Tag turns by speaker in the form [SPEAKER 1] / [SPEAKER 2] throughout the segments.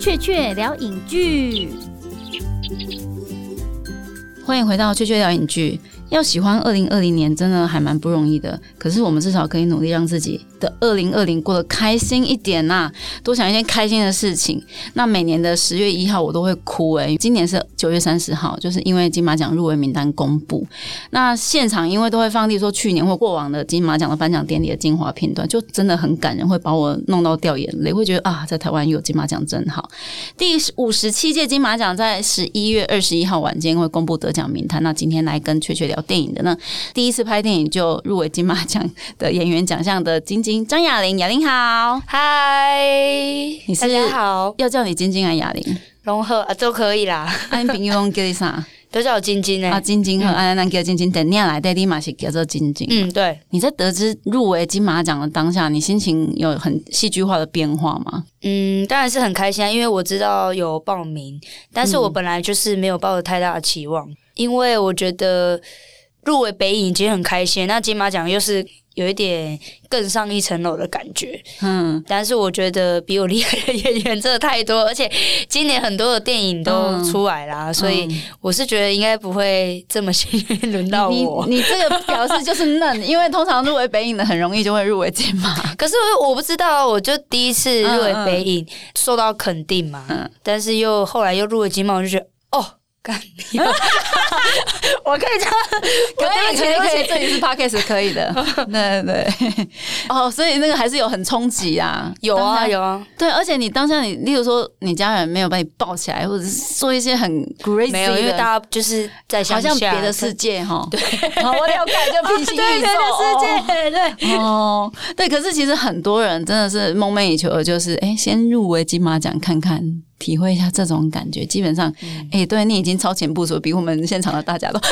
[SPEAKER 1] 雀雀聊影剧，
[SPEAKER 2] 欢迎回到雀雀聊影剧。要喜欢二零二零年，真的还蛮不容易的。可是我们至少可以努力让自己的二零二零过得开心一点呐、多想一件开心的事情。那每年的十月一号我都会哭诶、今年是九月三十号，就是因为金马奖入围名单公布。那现场因为都会放地说去年或过往的金马奖的颁奖典礼的精华片段，就真的很感人，会把我弄到掉眼泪，会觉得啊，在台湾有金马奖真好。第五十七届金马奖在十一月二十一号晚间会公布得奖名单。那今天来跟雀雀聊电影的呢，第一次拍电影就入围金马奖的演员奖项的晶晶张雅玲，雅玲好，
[SPEAKER 3] 嗨，
[SPEAKER 2] 你
[SPEAKER 3] 大
[SPEAKER 2] 是
[SPEAKER 3] 家好，
[SPEAKER 2] 要叫你晶晶啊，雅玲，
[SPEAKER 3] 融合啊都可以啦，
[SPEAKER 2] 安平用叫你啥？
[SPEAKER 3] 都叫我晶晶欸
[SPEAKER 2] 啊，
[SPEAKER 3] 呢。
[SPEAKER 2] 晶晶和安安安叫晶晶，等你来带你嘛是叫做晶晶。
[SPEAKER 3] 嗯，对，
[SPEAKER 2] 你在得知入围金马奖的当下，你心情有很戏剧化的变化吗？
[SPEAKER 3] 嗯，当然是很开心啊，因为我知道有报名，但是我
[SPEAKER 2] 嗯
[SPEAKER 3] 本来就是没有抱着太大的期望，因为我觉得入围北影已经很开心，那金马奖又是有一点更上一层楼的感觉。
[SPEAKER 2] 嗯，
[SPEAKER 3] 但是我觉得比我厉害的演员真的太多，而且今年很多的电影都
[SPEAKER 2] 嗯
[SPEAKER 3] 出来啦，所以
[SPEAKER 2] 嗯
[SPEAKER 3] 我是觉得应该不会这么幸运轮到
[SPEAKER 2] 你
[SPEAKER 3] 我。
[SPEAKER 2] 你这个表示就是嫩，因为通常入围北影的很容易就会入围金马。
[SPEAKER 3] 可是我我不知道啊，我就第一次入围北影，受到肯定嘛，
[SPEAKER 2] 嗯
[SPEAKER 3] 但是又后来又入围金马，我就觉得哦，干你 妈！我可以 这样，
[SPEAKER 2] 可以可以可以，
[SPEAKER 3] 对不起对不起
[SPEAKER 2] 这里是 podcast 可以 的，对对对。 哦，所以那个还是有很冲击啊，
[SPEAKER 3] 有
[SPEAKER 2] 当
[SPEAKER 3] 啊
[SPEAKER 2] 下。
[SPEAKER 3] 有啊，
[SPEAKER 2] 对，而且你当下你，例如说你家人没有把你抱起来，或者是做一些很 crazy
[SPEAKER 3] 没有，因为
[SPEAKER 2] 的
[SPEAKER 3] 大家就是在乡
[SPEAKER 2] 好
[SPEAKER 3] 下，
[SPEAKER 2] 像别的世界哈，对， 哦我了解就 平行宇宙哦
[SPEAKER 3] 对对对，
[SPEAKER 2] 哦，对，可是其实很多人真的是梦寐以求的，就是哎，诶先入围金马奖看看，体会一下这种感觉。基本上，
[SPEAKER 3] 嗯
[SPEAKER 2] 哎、对你已经超前部署，比我们现场的大家都。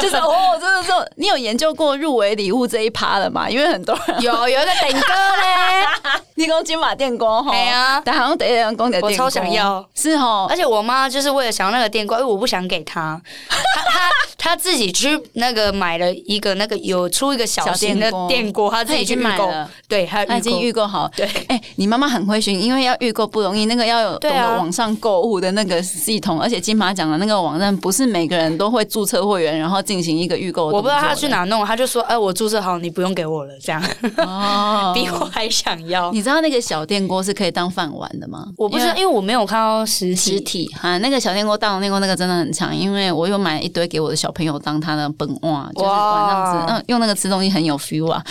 [SPEAKER 2] 就是哦，真的是你有研究过入围礼物这一趴了吗？因为很多人，
[SPEAKER 3] 有有一个顶哥 嘞，
[SPEAKER 2] 你讲金马电工哈，
[SPEAKER 3] 哎呀
[SPEAKER 2] 但好像得人工的电工，
[SPEAKER 3] 我超想要，
[SPEAKER 2] 是哦
[SPEAKER 3] 而，且我妈就是为了想要那个电锅，因为我不想给她，她 她她自己去那个买了一个那个有出一个小型的
[SPEAKER 2] 小电锅
[SPEAKER 3] 电锅，她自
[SPEAKER 2] 他
[SPEAKER 3] 己
[SPEAKER 2] 已
[SPEAKER 3] 去
[SPEAKER 2] 经
[SPEAKER 3] 预
[SPEAKER 2] 买
[SPEAKER 3] 购，
[SPEAKER 2] 了，
[SPEAKER 3] 对，她
[SPEAKER 2] 他已经
[SPEAKER 3] 购
[SPEAKER 2] 预购好。
[SPEAKER 3] 对。
[SPEAKER 2] 哎、你妈妈很会寻，因为要预购不容易，那个要有
[SPEAKER 3] 对
[SPEAKER 2] 懂
[SPEAKER 3] 啊
[SPEAKER 2] 得网上购物的那个系统，而且金马奖的那个网站不是每个人都会注册会员，然后进行一个预购。
[SPEAKER 3] 我不知道他去。哪弄，他就说：“哎、我注册好，你不用给我了。”这样、
[SPEAKER 2] 哦
[SPEAKER 3] 比我还想要。
[SPEAKER 2] 你知道那个小电锅是可以当饭碗的吗？
[SPEAKER 3] 我不知道，因为我没有看到实体。
[SPEAKER 2] 实体哈，那个小电锅、大龙电锅那个真的很强，因为我有买一堆给我的小朋友当他的本哇，就是晚上吃，
[SPEAKER 3] 哇
[SPEAKER 2] 嗯，用那个吃东西很有 feel 啊。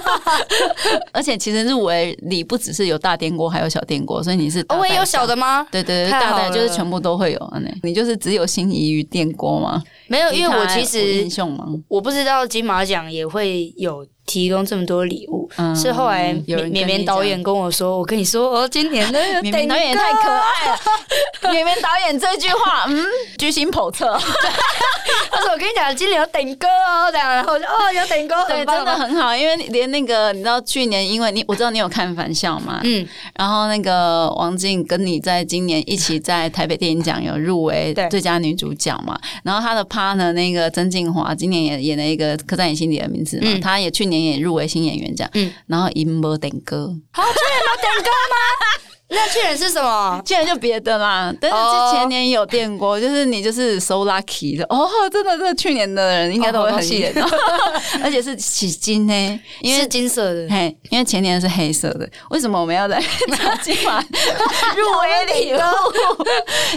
[SPEAKER 2] 而且其实入围礼不只是有大电锅，还有小电锅，所以你是
[SPEAKER 3] 哦，我也有
[SPEAKER 2] 大
[SPEAKER 3] 小的吗？
[SPEAKER 2] 对对对，
[SPEAKER 3] 太
[SPEAKER 2] 大
[SPEAKER 3] 好
[SPEAKER 2] 概就是
[SPEAKER 3] 了
[SPEAKER 2] 全部都会有呢。你就是只有心仪于电锅吗？
[SPEAKER 3] 没有，因为我其
[SPEAKER 2] 英
[SPEAKER 3] 实
[SPEAKER 2] 雄吗？
[SPEAKER 3] 我不知道金马奖也会有提供这么多礼物。
[SPEAKER 2] 嗯
[SPEAKER 3] 是后来
[SPEAKER 2] 有人
[SPEAKER 3] 绵
[SPEAKER 2] 跟
[SPEAKER 3] 绵绵
[SPEAKER 2] 你
[SPEAKER 3] 导
[SPEAKER 2] 讲
[SPEAKER 3] 演跟我说，我跟你说，哦，今年那个
[SPEAKER 2] 绵绵导演也太可爱了， 绵绵导演这句话，嗯，居心叵测，
[SPEAKER 3] 他说我跟你讲，今年有顶哥哦，这样，然后我就哦有顶 哥，
[SPEAKER 2] 对，
[SPEAKER 3] 很棒
[SPEAKER 2] 真的，很好，因为连那个你知道去年，因为你我知道你有看《返校》嘛，
[SPEAKER 3] 嗯，
[SPEAKER 2] 然后那个王静跟你在今年一起在台北电影奖有入围
[SPEAKER 3] 对
[SPEAKER 2] 最佳女主角嘛，然后她的 partner 那个曾静华今年也演了一个刻在你心底的名字嘛，
[SPEAKER 3] 嗯
[SPEAKER 2] 她也去年也入围新演员奖，
[SPEAKER 3] 嗯
[SPEAKER 2] 然后赢没等歌，
[SPEAKER 3] 好，去年有顶哥吗？那去年是什么？
[SPEAKER 2] 竟然就别的啦，但
[SPEAKER 3] 哦
[SPEAKER 2] 是之前年有电过，就是你就是 so lucky 的哦，真的，这去年的人应该都会很喜欢， 而且是起金呢，因
[SPEAKER 3] 是
[SPEAKER 2] 为。
[SPEAKER 3] 金色的。
[SPEAKER 2] 嘿，因为前年是黑色的，为什么我们要在 今 晚入围礼 物？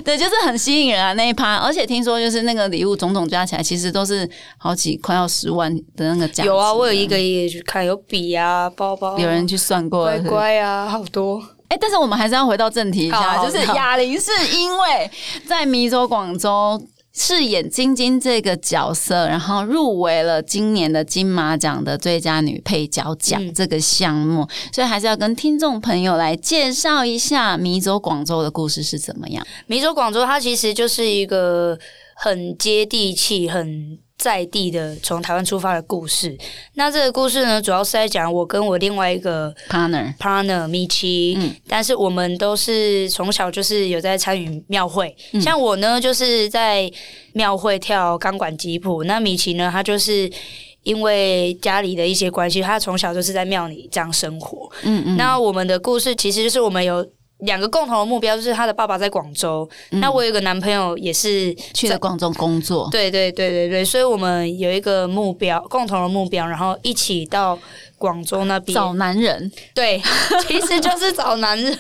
[SPEAKER 2] 对，就是很吸引人啊那一趴，而且听说就是那个礼物种种加起来，其实都是好几快要十万的那个价值。
[SPEAKER 3] 有啊，我有一个也去看，有笔啊、包包啊，
[SPEAKER 2] 有人去算过了
[SPEAKER 3] 乖
[SPEAKER 2] 是不是
[SPEAKER 3] 乖啊，好多。
[SPEAKER 2] 哎、但是我们还是要回到正题一下，
[SPEAKER 3] 好好
[SPEAKER 2] 就是哑铃是因为在迷走广州饰演晶晶这个角色，然后入围了今年的金马奖的最佳女配角奖
[SPEAKER 3] 嗯
[SPEAKER 2] 这个项目，所以还是要跟听众朋友来介绍一下迷走广州的故事是怎么样。
[SPEAKER 3] 米州广州它其实就是一个很接地气、很在地的从台湾出发的故事。那这个故事呢，主要是在讲我跟我另外一个
[SPEAKER 2] Partner，
[SPEAKER 3] partner 米奇，
[SPEAKER 2] 嗯
[SPEAKER 3] 但是我们都是从小就是有在参与庙会，
[SPEAKER 2] 嗯
[SPEAKER 3] 像我呢就是在庙会跳钢管吉普，那米奇呢他就是。因为家里的一些关系，他从小就是在庙里这样生活。
[SPEAKER 2] 嗯嗯，
[SPEAKER 3] 那我们的故事其实就是我们有两个共同的目标就是他的爸爸在广州，那我有一个男朋友也是
[SPEAKER 2] 嗯去了广州工作，
[SPEAKER 3] 对对对对对，所以我们有一个目标，共同的目标，然后一起到广州那边。
[SPEAKER 2] 找男人，
[SPEAKER 3] 对， 其实就是找男人。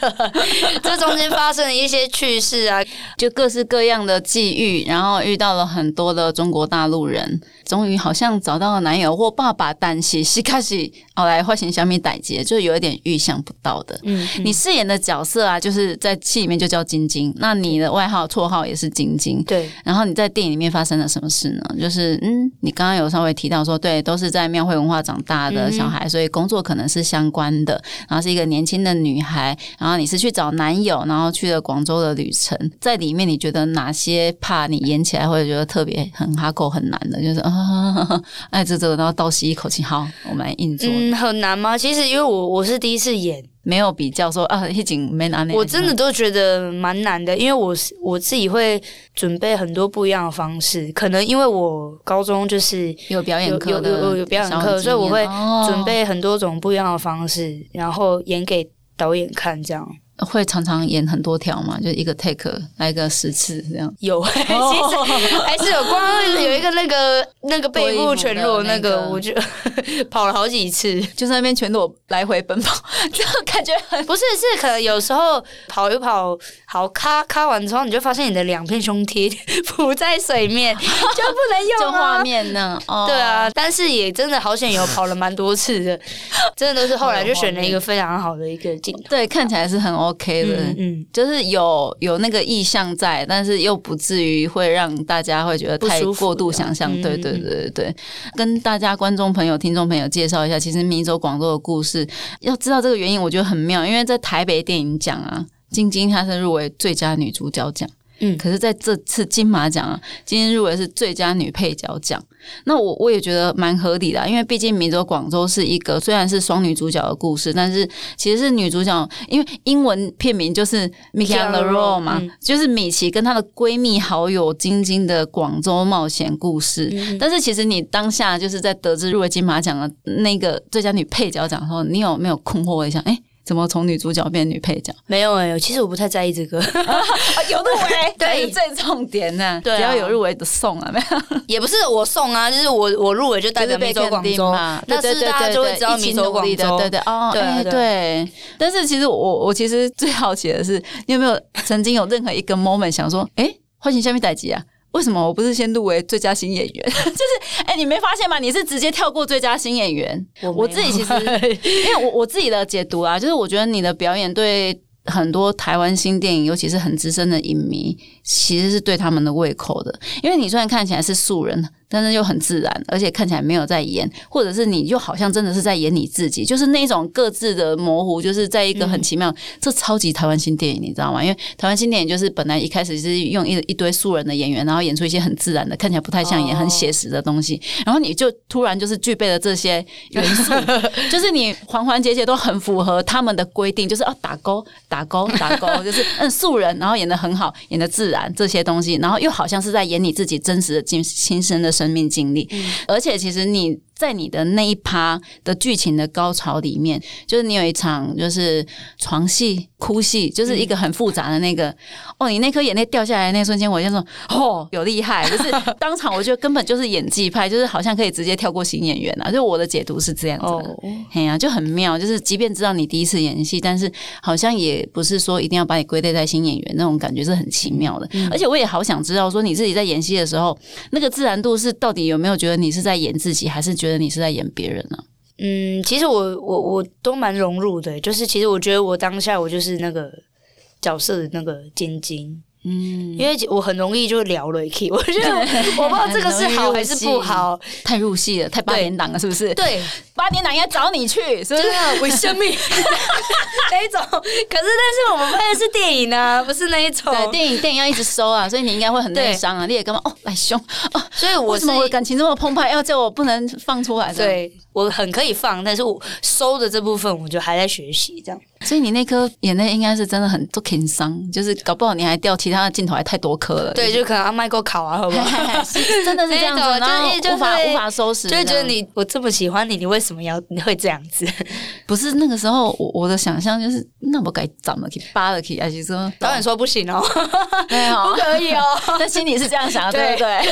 [SPEAKER 3] 这中间发生了一些趣事啊，
[SPEAKER 2] 就各式各样的际遇，然后遇到了很多的中国大陆人，终于好像找到了男友或爸爸，但是是开始后来唤醒小米歹劫，就有一点预想不到的。
[SPEAKER 3] 嗯，
[SPEAKER 2] 你饰演的角色啊，就是在戏里面就叫晶晶，那你的外号绰号也是晶晶。
[SPEAKER 3] 对
[SPEAKER 2] 然后你在电影里面发生了什么事呢？就是嗯，你刚刚有稍微提到说，对，都是在庙会文化长大的小孩，所以工作可能是相关的。然后是一个年轻的女孩，然后你是去找男友，然后去了广州的旅程，在里面你觉得哪些怕你演起来或者觉得特别很哈口很难的，就是 啊，哎，这这个，然后倒吸一口气，好，我们来硬做，
[SPEAKER 3] 嗯，很难吗？其实因为我我是第一次演，
[SPEAKER 2] 没有比较说啊，一景没拿
[SPEAKER 3] 我真的都觉得蛮难的，因为我是我自己会准备很多不一样的方式，可能因为我高中就是
[SPEAKER 2] 有表演
[SPEAKER 3] 有
[SPEAKER 2] 课
[SPEAKER 3] 有
[SPEAKER 2] 的
[SPEAKER 3] 有有表演
[SPEAKER 2] 小
[SPEAKER 3] 课，所以我
[SPEAKER 2] 经
[SPEAKER 3] 会
[SPEAKER 2] 验哦
[SPEAKER 3] 准备很多种不一样的方式，然后演给导演看，这样
[SPEAKER 2] 会常常演很多条嘛，就一个 take 来个十次这样。
[SPEAKER 3] 有、 其实还是有 光有一个那个那个背部全裸那
[SPEAKER 2] 脱衣服的那
[SPEAKER 3] 个，
[SPEAKER 2] 个
[SPEAKER 3] 我就 跑了好几次。
[SPEAKER 2] 就在那边全裸来回奔跑， 就感觉很
[SPEAKER 3] 不是，是可能有时候跑一跑，好咔咔完之后，你就发现你的两片胸贴浮在水面，就 不能
[SPEAKER 2] 就
[SPEAKER 3] 用啊
[SPEAKER 2] 画。面呢。哦，
[SPEAKER 3] 对，啊，但是也真的好险，有跑了蛮多次 的，真的都是后来就选了一个非常好的一个镜头。
[SPEAKER 2] 对，看起来是很 OK 的，
[SPEAKER 3] 嗯嗯，
[SPEAKER 2] 就是有有那个意向在，但是又不至于会让大家会觉得太
[SPEAKER 3] 不舒服
[SPEAKER 2] 过度想象。
[SPEAKER 3] 嗯
[SPEAKER 2] 对对对对对，跟大家观众朋友、听众朋友介绍一下，其实迷走广州的故事，要知道这个原因，我觉得很妙，因为在台北电影奖啊，晶晶她是入围最佳女主角奖。
[SPEAKER 3] 嗯
[SPEAKER 2] 可是在这次金马奖啊，今天入围是最佳女配角奖。那我我也觉得蛮合理的啊、因为毕竟《迷走广州》是一个虽然是双女主角的故事，但是其实是女主角，因为英文片名就是 Miki and the r o 嘛，
[SPEAKER 3] 嗯
[SPEAKER 2] 就是米奇跟她的闺蜜好友晶晶的广州冒险故事。
[SPEAKER 3] 嗯
[SPEAKER 2] 但是其实你当下就是在得知入围金马奖的那个最佳女配角奖的时候，你有没有困惑一下？哎、怎么从女主角变女配角？
[SPEAKER 3] 没有哎、其实我不太在意这个，
[SPEAKER 2] 有入围
[SPEAKER 3] 对
[SPEAKER 2] 对，最重点呢、
[SPEAKER 3] 对啊
[SPEAKER 2] 只要有入围的送啊，没 有
[SPEAKER 3] 也不是我送啊，就是我我入围就代表
[SPEAKER 2] 就是
[SPEAKER 3] 迷走
[SPEAKER 2] 被肯
[SPEAKER 3] 广
[SPEAKER 2] 定
[SPEAKER 3] 州
[SPEAKER 2] 嘛，
[SPEAKER 3] 那
[SPEAKER 2] 对
[SPEAKER 3] 是
[SPEAKER 2] 对对
[SPEAKER 3] 大家就会
[SPEAKER 2] 对
[SPEAKER 3] 知道
[SPEAKER 2] 一起
[SPEAKER 3] 迷走
[SPEAKER 2] 努
[SPEAKER 3] 广
[SPEAKER 2] 力的
[SPEAKER 3] 州。
[SPEAKER 2] 对对哦，
[SPEAKER 3] 对啊
[SPEAKER 2] 哎
[SPEAKER 3] 对啊
[SPEAKER 2] 对。但是其实我我其实最好奇的是，你有没有曾经有任何一个 moment 想说，哎，唤醒下面代级啊？为什么我不是先入围最佳新演员？ 就是哎，你没发现吗？你是直接跳过最佳新演员。
[SPEAKER 3] 我没有
[SPEAKER 2] 我自己其实因为我我自己的解读啊，就是我觉得你的表演对很多台湾新电影，尤其是很资深的影迷，其实是对他们的胃口的。因为你虽然看起来是素人，但是又很自然，而且看起来没有在演，或者是你就好像真的是在演你自己，就是那种各自的模糊，就是在一个很奇妙。这超级台湾新电影，你知道吗？因为台湾新电影就是本来一开始是用一一堆素人的演员，然后演出一些很自然的，看起来不太像演、
[SPEAKER 3] 哦
[SPEAKER 2] 很写实的东西，然后你就突然就是具备了这些元素，就是你环环节节都很符合他们的规定，就是哦打勾打勾打勾，就是嗯素人，然后演的很好，演的自然这些东西，然后又好像是在演你自己真实的经亲身的生命经历，而且其实你。在你的那一趴的剧情的高潮里面，就是你有一场就是床戏、哭戏，就是一个很复杂的那个。哦，你那颗眼泪掉下来的那瞬间，我就说哦，有厉害，就是当场我觉得根本就是演技派，就是好像可以直接跳过新演员啊。就我的解读是这样子的
[SPEAKER 3] 哦，，
[SPEAKER 2] 嘿呀、就很妙。就是即便知道你第一次演戏，但是好像也不是说一定要把你归类在新演员那种感觉是很奇妙的。
[SPEAKER 3] 嗯
[SPEAKER 2] 而且我也好想知道，说你自己在演戏的时候，那个自然度是到底有没有觉得你是在演自己，还是觉得你是在演别人呢、
[SPEAKER 3] 嗯，其实我我我都蛮融入的，欸就是其实我觉得我当下我就是那个角色的那个晶晶，
[SPEAKER 2] 嗯，
[SPEAKER 3] 因为我很容易就聊了 key，我 觉得我我不知道这个是好还是不好，
[SPEAKER 2] 太入戏了，太八
[SPEAKER 3] 对
[SPEAKER 2] 点档了，是不是？
[SPEAKER 3] 对，
[SPEAKER 2] 八点档应该找你去，是
[SPEAKER 3] 就
[SPEAKER 2] 不？
[SPEAKER 3] 是是 为生命那一种。可是但是我们拍的是电影啊，不是那一种，
[SPEAKER 2] 对，电影电影要一直收啊，所以你应该会很内伤啊。你也干嘛？哦，来凶，
[SPEAKER 3] 所以我
[SPEAKER 2] 为
[SPEAKER 3] 是
[SPEAKER 2] 什么我感情这么澎湃，要叫我不能放出来？这样，
[SPEAKER 3] 对。我很可以放，但是我收的这部分我就还在学习这样。
[SPEAKER 2] 所以你那颗眼泪应该是真的很都挺伤，就是搞不好你还掉其他的镜头还太多颗了。
[SPEAKER 3] 对，就可能阿麦给我考啊，好不好？
[SPEAKER 2] 是真的是这样子，
[SPEAKER 3] 那种
[SPEAKER 2] 然
[SPEAKER 3] 就是就是
[SPEAKER 2] 后无法
[SPEAKER 3] 会
[SPEAKER 2] 无法收拾，
[SPEAKER 3] 就会觉得
[SPEAKER 2] 这样
[SPEAKER 3] 你我这么喜欢你，你为什么要你会这样子？
[SPEAKER 2] 不是那个时候，我我的想象就是那我该怎么去扒了去，还是说
[SPEAKER 3] 导演说不行哦，
[SPEAKER 2] 没有
[SPEAKER 3] 不 可以哦，
[SPEAKER 2] 但心里是这样想的，对不对？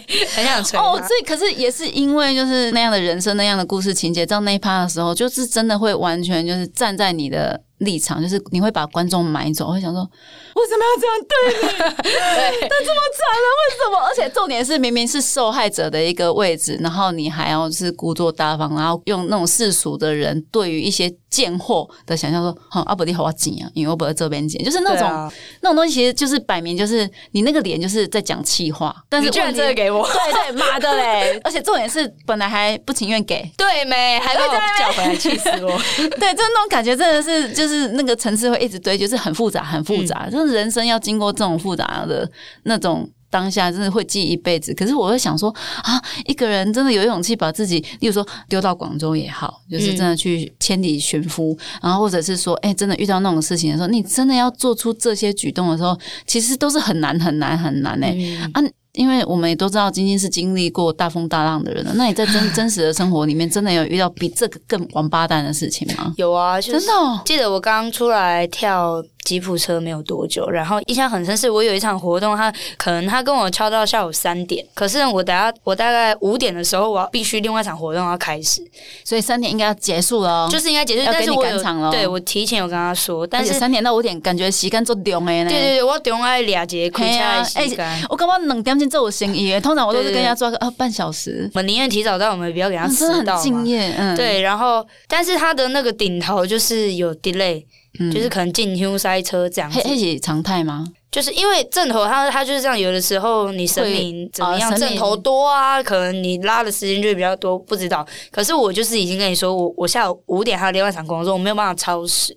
[SPEAKER 3] 对，很想吹
[SPEAKER 2] 哦
[SPEAKER 3] 他，
[SPEAKER 2] 这可是也是因为就是那样的人生那样的故事情节，到那一趴的时候，就是真的会完全就是站在你的立场，就是你会把观众买走，会想说为什么要这样对你？
[SPEAKER 3] 对，
[SPEAKER 2] 这么惨了，为什么？而且重点是明明是受害者的一个位置，然后你还要是故作大方，然后用那种世俗的人对于一些贱货的想象说，哼，阿伯你好我紧啊，因为我不在这边紧，就是那
[SPEAKER 3] 对
[SPEAKER 2] 种、
[SPEAKER 3] 啊
[SPEAKER 2] 那种东西，其实就是摆明就是你那个脸就是在讲气话，但是
[SPEAKER 3] 你居然
[SPEAKER 2] 问题
[SPEAKER 3] 真的给我，
[SPEAKER 2] 对对，妈的嘞！ 而且重点是，本来还不情愿给，
[SPEAKER 3] 对没？还被我叫回来，气死我！
[SPEAKER 2] 对，就是那种感觉，真的是就是那个层次会一直堆，就是很复杂，很复杂。就是人生要经过这种复杂的那种当下，真的会记一辈子。可是我会想说啊，一个人真的有勇气把自己，例如说丢到广州也好，就是真的去千里寻夫，然后或者是说，哎、真的遇到那种事情的时候，你真的要做出这些举动的时候，其实都是很难很难很难哎、啊，因为我们也都知道晶晶是经历过大风大浪的人了，那你在真 真实的生活里面，真的有遇到比这个更王八蛋的事情吗？
[SPEAKER 3] 有啊，就是
[SPEAKER 2] 真的、哦，
[SPEAKER 3] 记得我刚出来跳吉普车没有多久，然后印象很深是，我有一场活动，他可能他跟我敲到下午三点，可是我等下我大概五点的时候，我要必须另外一场活动要开始，
[SPEAKER 2] 所以三点应该要结束了哦，
[SPEAKER 3] 就是应该结束，
[SPEAKER 2] 要给
[SPEAKER 3] 但
[SPEAKER 2] 你
[SPEAKER 3] 是我有
[SPEAKER 2] 赶场咯
[SPEAKER 3] 对我提前有跟他说，但是
[SPEAKER 2] 而且三点到五点，感觉时间做重的呢。
[SPEAKER 3] 对对对，我中爱俩节亏下来
[SPEAKER 2] 嘿啊
[SPEAKER 3] 时间。
[SPEAKER 2] 我刚刚冷点钟做我生意欸耶，通常我都是
[SPEAKER 3] 对
[SPEAKER 2] 跟
[SPEAKER 3] 对
[SPEAKER 2] 人家抓个呃半小时，
[SPEAKER 3] 我宁愿提早到，我们也不要给他
[SPEAKER 2] 嗯
[SPEAKER 3] 迟
[SPEAKER 2] 真的
[SPEAKER 3] 到
[SPEAKER 2] 很
[SPEAKER 3] 嘛。
[SPEAKER 2] 敬业，嗯，，
[SPEAKER 3] 对，然后但是他的那个顶头就是有 delay，、
[SPEAKER 2] 嗯
[SPEAKER 3] 就是可能进 Q 塞车这样子
[SPEAKER 2] 黑。黑是常态吗？
[SPEAKER 3] 就是因为正头他他就是这样，有的时候你神明怎么样，
[SPEAKER 2] 啊神明
[SPEAKER 3] 正头多啊，可能你拉的时间就会比较多，不知道。可是我就是已经跟你说，我我下午五点还有另外一场工作，我没有办法超时。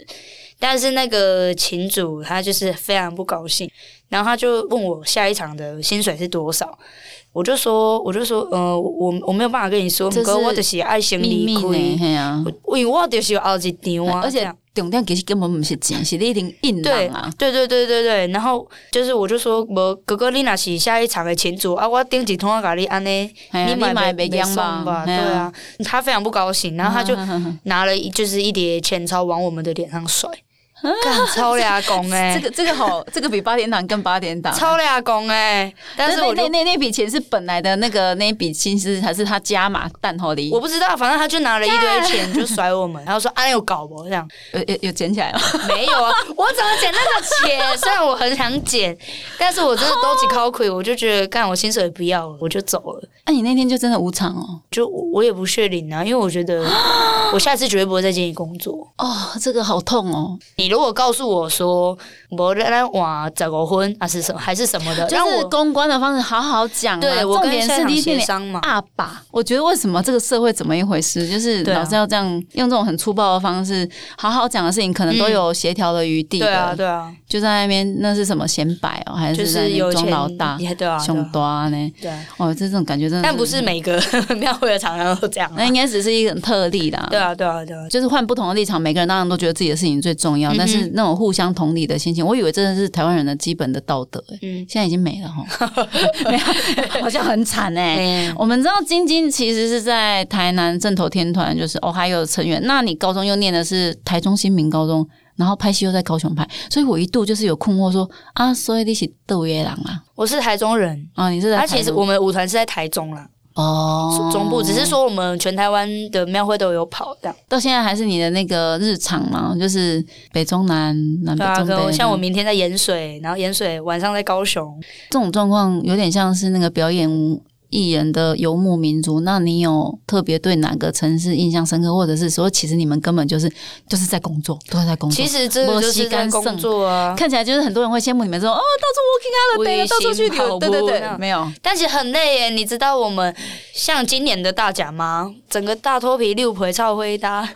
[SPEAKER 3] 但是那个琴主他就是非常不高兴，然后他就问我下一场的薪水是多少，我就说我就说，呃，我我没有办法跟你说，
[SPEAKER 2] 这
[SPEAKER 3] 不
[SPEAKER 2] 是
[SPEAKER 3] 过我就是爱先
[SPEAKER 2] 秘
[SPEAKER 3] 离
[SPEAKER 2] 密呢，
[SPEAKER 3] 开，
[SPEAKER 2] 嘿啊，
[SPEAKER 3] 我因为我就是有后一场啊，
[SPEAKER 2] 而
[SPEAKER 3] 这
[SPEAKER 2] 且
[SPEAKER 3] 样
[SPEAKER 2] 重点其实根本不是钱，是你一定硬
[SPEAKER 3] 对
[SPEAKER 2] 朗啊。
[SPEAKER 3] 对对对对对，然后就是我就说，无哥哥你若是下一场的群主啊，我顶一通啊，甲你安尼，
[SPEAKER 2] 嘿啊
[SPEAKER 3] 你买
[SPEAKER 2] 买
[SPEAKER 3] 袂
[SPEAKER 2] 袂
[SPEAKER 3] 送
[SPEAKER 2] 讲
[SPEAKER 3] 吧？对
[SPEAKER 2] 嘿
[SPEAKER 3] 啊，他非常不高兴，然后他 就拿了一就是一叠钱钞往我们的脸上甩， 干超俩公哎，
[SPEAKER 2] 这个这个好，这个比八点档更八点档。
[SPEAKER 3] 超俩公哎，但是
[SPEAKER 2] 那
[SPEAKER 3] 我就
[SPEAKER 2] 那那那笔钱是本来的那个那一笔薪资，还是他加码蛋头的？
[SPEAKER 3] 我不知道，反正他就拿了一 堆钱就甩我们，然后说啊，你有搞不这样。
[SPEAKER 2] 有有有捡起来了，
[SPEAKER 3] 没有啊，我怎么捡那个钱？虽然我很想捡，但是我真的兜起靠亏，我就觉得干我薪水不要了，我就走了。
[SPEAKER 2] 那、你那天就真的无偿哦。
[SPEAKER 3] 就我我也不确定啊，因为我觉 得我下次绝对不会再接你工作。
[SPEAKER 2] 哦，这个好痛哦！
[SPEAKER 3] 你如果告诉我说我来晚怎么婚啊是什么还是什么的，
[SPEAKER 2] 就
[SPEAKER 3] 让
[SPEAKER 2] 是
[SPEAKER 3] 我
[SPEAKER 2] 公关的方式，好好讲、啊。
[SPEAKER 3] 对我
[SPEAKER 2] 重
[SPEAKER 3] 跟
[SPEAKER 2] 点
[SPEAKER 3] 现
[SPEAKER 2] 是
[SPEAKER 3] 场
[SPEAKER 2] 第一
[SPEAKER 3] 协
[SPEAKER 2] 点
[SPEAKER 3] 商嘛，
[SPEAKER 2] 阿爸，我觉得为什么这个社会怎么一回事，就是
[SPEAKER 3] 对啊
[SPEAKER 2] 老是要这样用这种很粗暴的方式，好好讲的事情，可能都有协调的余地的。
[SPEAKER 3] 嗯对啊对啊，
[SPEAKER 2] 就在那边，那是什么显摆哦，还
[SPEAKER 3] 就是
[SPEAKER 2] 在那
[SPEAKER 3] 是
[SPEAKER 2] 边
[SPEAKER 3] 有
[SPEAKER 2] 装
[SPEAKER 3] 钱
[SPEAKER 2] 老大、
[SPEAKER 3] 也对啊，
[SPEAKER 2] 凶
[SPEAKER 3] 对啊
[SPEAKER 2] 多呢？
[SPEAKER 3] 对啊，
[SPEAKER 2] 哦，这种感觉真的，
[SPEAKER 3] 但不是，每个 庙会的厂商都这样啊，
[SPEAKER 2] 那应该只是一个特例啦。
[SPEAKER 3] 对啊对啊对啊，
[SPEAKER 2] 就是换不同的立场，每个人当然都觉得自己的事情最重要，
[SPEAKER 3] 嗯哼
[SPEAKER 2] 但是那种互相同理的心情，我以为真的是台湾人的基本的道德、欸，
[SPEAKER 3] 嗯
[SPEAKER 2] 现在已经没 了哈，没有好像很惨哎、
[SPEAKER 3] 嗯
[SPEAKER 2] 我们知道晶晶其实是在台南正头天团，就是哦还有成员。那你高中又念的是台中新民高中，然后拍戏又在高雄拍，所以我一度就是有困惑说啊，所以你是斗月郎啊？
[SPEAKER 3] 我是台中人，
[SPEAKER 2] 啊，你是在
[SPEAKER 3] 他
[SPEAKER 2] 台
[SPEAKER 3] 其实
[SPEAKER 2] 中
[SPEAKER 3] 我们舞团是在台中啦，
[SPEAKER 2] 哦
[SPEAKER 3] 中部，只是说我们全台湾的庙会都有跑这样，
[SPEAKER 2] 到现在还是你的那个日常嘛，就是北中南南北
[SPEAKER 3] 对啊，
[SPEAKER 2] 嗯中
[SPEAKER 3] 可
[SPEAKER 2] 北
[SPEAKER 3] 能
[SPEAKER 2] 南。
[SPEAKER 3] 像我明天在盐水，然后盐水晚上在高雄，
[SPEAKER 2] 这种状况有点像是那个表演艺人的游牧民族。那你有特别对哪个城市印象深刻，或者是说，其实你们根本就是就是在工作，都是在工作。
[SPEAKER 3] 其实真的就是在工作啊，
[SPEAKER 2] 看起来就是很多人会羡慕你们说，哦，到处 working holiday，
[SPEAKER 3] 微
[SPEAKER 2] 到处去旅游，
[SPEAKER 3] 信
[SPEAKER 2] 对对
[SPEAKER 3] 跑
[SPEAKER 2] 对，
[SPEAKER 3] 步
[SPEAKER 2] 没有。
[SPEAKER 3] 但是很累耶。你知道我们像今年的大甲吗？整个大脱皮六陪超灰搭，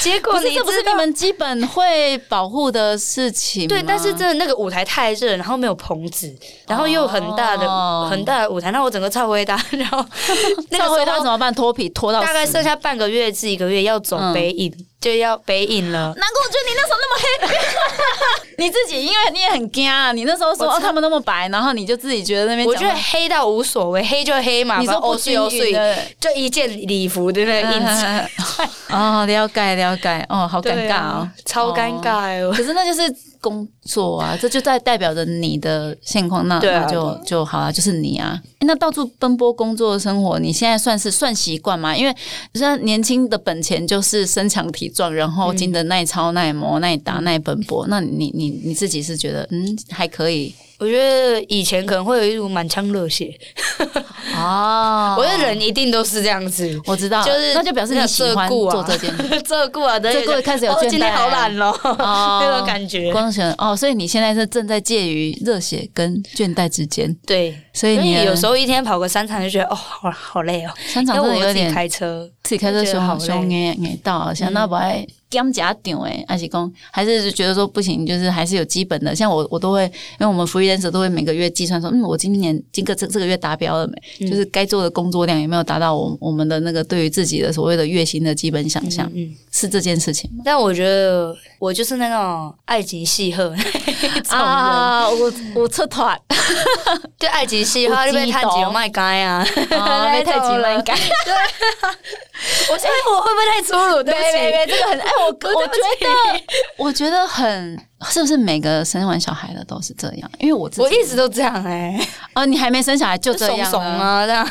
[SPEAKER 3] 结
[SPEAKER 2] 不
[SPEAKER 3] 果
[SPEAKER 2] 是，
[SPEAKER 3] 你
[SPEAKER 2] 这不是
[SPEAKER 3] 知
[SPEAKER 2] 你
[SPEAKER 3] 道。
[SPEAKER 2] 们基本会保护的事情吗。
[SPEAKER 3] 对，但是真的那个舞台太热，然后没有棚子，然后又有很大的、
[SPEAKER 2] 哦
[SPEAKER 3] 很大的舞台，那我整个超灰大，然 后那
[SPEAKER 2] 那
[SPEAKER 3] 个
[SPEAKER 2] 个回
[SPEAKER 3] 时
[SPEAKER 2] 答
[SPEAKER 3] 候
[SPEAKER 2] 怎么办？脱皮脱到
[SPEAKER 3] 大概
[SPEAKER 2] 死
[SPEAKER 3] 剩下半个月至一个月要走
[SPEAKER 2] 嗯
[SPEAKER 3] 北影，就要北影了。
[SPEAKER 2] 难怪我觉得你那时候那么黑， 你自己因为你也很惊啊，你那时候说
[SPEAKER 3] 我
[SPEAKER 2] 哦
[SPEAKER 3] 超
[SPEAKER 2] 他们那么白，然后你就自己觉得那边
[SPEAKER 3] 我
[SPEAKER 2] 讲
[SPEAKER 3] 觉得
[SPEAKER 2] 话
[SPEAKER 3] 黑到无所谓，黑就黑嘛，哦
[SPEAKER 2] 你说不
[SPEAKER 3] 欧是欧
[SPEAKER 2] 均匀
[SPEAKER 3] 碎，
[SPEAKER 2] 的，
[SPEAKER 3] 就一件礼服的 那个印子，
[SPEAKER 2] 嗯哦，了解了解，哦，好尴
[SPEAKER 3] 对
[SPEAKER 2] 尬哦
[SPEAKER 3] 啊，超尴尬
[SPEAKER 2] 哦。
[SPEAKER 3] 哎、
[SPEAKER 2] 可是那就是工作啊，这就在代表着你的现况，那
[SPEAKER 3] 对啊
[SPEAKER 2] 那就就好了，就是你啊。诶那到处奔波工作的生活，你现在算是算习惯吗？因为像年轻的本钱就是身强体壮，然后经得耐操、耐磨、耐
[SPEAKER 3] 嗯
[SPEAKER 2] 打、耐奔波。那你你你自己是觉得嗯还可以
[SPEAKER 3] 我觉得以前可能会有一股满腔热血，
[SPEAKER 2] 哦
[SPEAKER 3] 我觉得人一定都是这样子，
[SPEAKER 2] 我知道，
[SPEAKER 3] 就是
[SPEAKER 2] 那就表示你喜欢
[SPEAKER 3] 那个
[SPEAKER 2] 做
[SPEAKER 3] 这
[SPEAKER 2] 这件事。
[SPEAKER 3] 这顾啊，等
[SPEAKER 2] 这顾开始有
[SPEAKER 3] 哦
[SPEAKER 2] 倦怠啊
[SPEAKER 3] 今天好懒哦，
[SPEAKER 2] 哦
[SPEAKER 3] 那种感觉。
[SPEAKER 2] 光选哦，所以你现在是正在介于热血跟倦怠之间，
[SPEAKER 3] 对，
[SPEAKER 2] 所以
[SPEAKER 3] 所
[SPEAKER 2] 你
[SPEAKER 3] 以有时
[SPEAKER 2] 候
[SPEAKER 3] 候一天跑个三场就觉得哦，好好累哦，
[SPEAKER 2] 三场
[SPEAKER 3] 因
[SPEAKER 2] 真的
[SPEAKER 3] 为我
[SPEAKER 2] 有
[SPEAKER 3] 自己
[SPEAKER 2] 点
[SPEAKER 3] 开车，
[SPEAKER 2] 自己开车
[SPEAKER 3] 就觉得
[SPEAKER 2] 凶
[SPEAKER 3] 好
[SPEAKER 2] 好凶
[SPEAKER 3] 累嗯
[SPEAKER 2] 哎哎到，想到不爱减假点哎，还是讲还是觉得说不行，就是还是有基本的，像我我都会，因为我们福利人手都会每个月计算说，嗯，我今年今个这这个月达标了没？
[SPEAKER 3] 嗯
[SPEAKER 2] 就是该做的工作量有没有达到我我们的那个对于自己的所谓的月薪的基本想象，
[SPEAKER 3] 嗯，
[SPEAKER 2] 是这件事情 吗？
[SPEAKER 3] 但我觉得我就是那种爱情戏 鹤那种人，，
[SPEAKER 2] 啊我我出团，
[SPEAKER 3] 就爱情戏鹤
[SPEAKER 2] 有
[SPEAKER 3] 就被
[SPEAKER 2] 激
[SPEAKER 3] 探几
[SPEAKER 2] 动
[SPEAKER 3] 有卖该啊，
[SPEAKER 2] 哦，没太
[SPEAKER 3] 那
[SPEAKER 2] 急
[SPEAKER 3] 种
[SPEAKER 2] 慢
[SPEAKER 3] 人
[SPEAKER 2] 改。
[SPEAKER 3] 我现在我会不会太粗鲁？对不
[SPEAKER 2] 没没
[SPEAKER 3] 起，
[SPEAKER 2] 没，这个很 哎，我 我觉得我觉得很是不是每个生完小孩的都是这样？因为我自己
[SPEAKER 3] 我一直都这样哎，
[SPEAKER 2] 哦，你还没生小孩就
[SPEAKER 3] 就
[SPEAKER 2] 这
[SPEAKER 3] 怂
[SPEAKER 2] 样
[SPEAKER 3] 怂
[SPEAKER 2] 了。
[SPEAKER 3] 啊这样。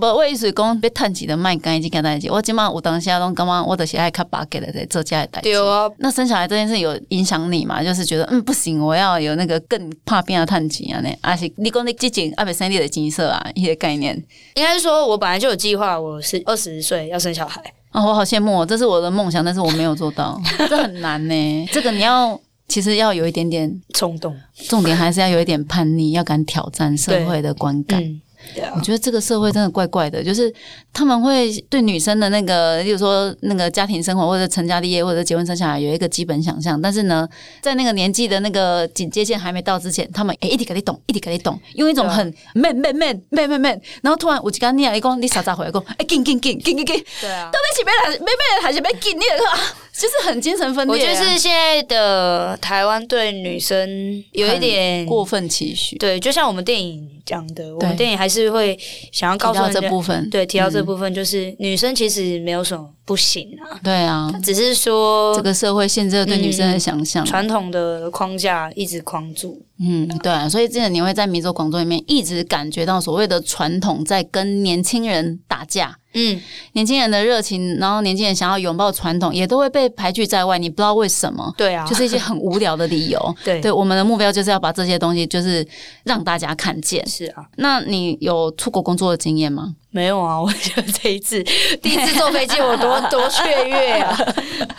[SPEAKER 2] 不，我意思讲被趁钱的卖干已经干代志，我今晚有当下拢感觉我就是爱较巴结的在做家的代志
[SPEAKER 3] 对。啊，
[SPEAKER 2] 那生小孩这件事有影响你吗？就是觉得嗯不行，我要有那个更怕变的趁钱啊呢，而且你讲你之前阿伯生你的金色啊，一个概念。
[SPEAKER 3] 应该是说我本来就有计划，我是二十岁要生小孩。
[SPEAKER 2] 哦，我好羡慕哦，这是我的梦想，但是我没有做到，这很难呢。这个你要其实要有一点点
[SPEAKER 3] 冲动，
[SPEAKER 2] 重点还是要有一点叛逆，要敢挑战社会的观感。
[SPEAKER 3] 嗯，对啊
[SPEAKER 2] 我，觉得这个社会真的怪怪的，就是他们会对女生的那个，例如说那个家庭生活或者成家立业或者结婚生小孩有一个基本想象，但是呢，在那个年纪的那个警戒线还没到之前，他们哎、一直给你懂，一直给你懂，用一种
[SPEAKER 3] 对啊
[SPEAKER 2] 很 man man man man man man，然后突然我就跟你讲，你讲你傻傻回来讲，哎紧紧紧紧紧紧，
[SPEAKER 3] 对啊
[SPEAKER 2] 到。底是要来，妹妹还是要紧？你那个啊就是很精神分
[SPEAKER 3] 我
[SPEAKER 2] 裂
[SPEAKER 3] 觉
[SPEAKER 2] 啊、
[SPEAKER 3] 得是现在的台湾对女生有一点
[SPEAKER 2] 过分期许，
[SPEAKER 3] 对，就像我们电影讲的，我们
[SPEAKER 2] 对
[SPEAKER 3] 电影还是会想要告
[SPEAKER 2] 提
[SPEAKER 3] 诉
[SPEAKER 2] 到
[SPEAKER 3] 人
[SPEAKER 2] 这
[SPEAKER 3] 家，
[SPEAKER 2] 部分，
[SPEAKER 3] 对，提到这
[SPEAKER 2] 嗯
[SPEAKER 3] 部分就是、女生其实没有什么不行啊，
[SPEAKER 2] 对啊，
[SPEAKER 3] 只是说
[SPEAKER 2] 这个嗯社会限制了对女生
[SPEAKER 3] 嗯
[SPEAKER 2] 的想象。
[SPEAKER 3] 传统的框架一直框住，
[SPEAKER 2] 嗯，对、啊，所以这个你会在迷走广州里面一直感觉到所谓的传统在跟年轻人打架，
[SPEAKER 3] 嗯，
[SPEAKER 2] 年轻人的热情，然后年轻人想要拥抱传统，也都会被排拒在外。你不知道为什么，
[SPEAKER 3] 对啊，
[SPEAKER 2] 就是一些很无聊的理由。
[SPEAKER 3] 对
[SPEAKER 2] 对，我们的目标就是要把这些东西，就是让大家看见。
[SPEAKER 3] 是啊，
[SPEAKER 2] 那你有出国工作的经验吗？
[SPEAKER 3] 没有啊，我觉得这一次第一次坐飞机，我 多多雀跃啊，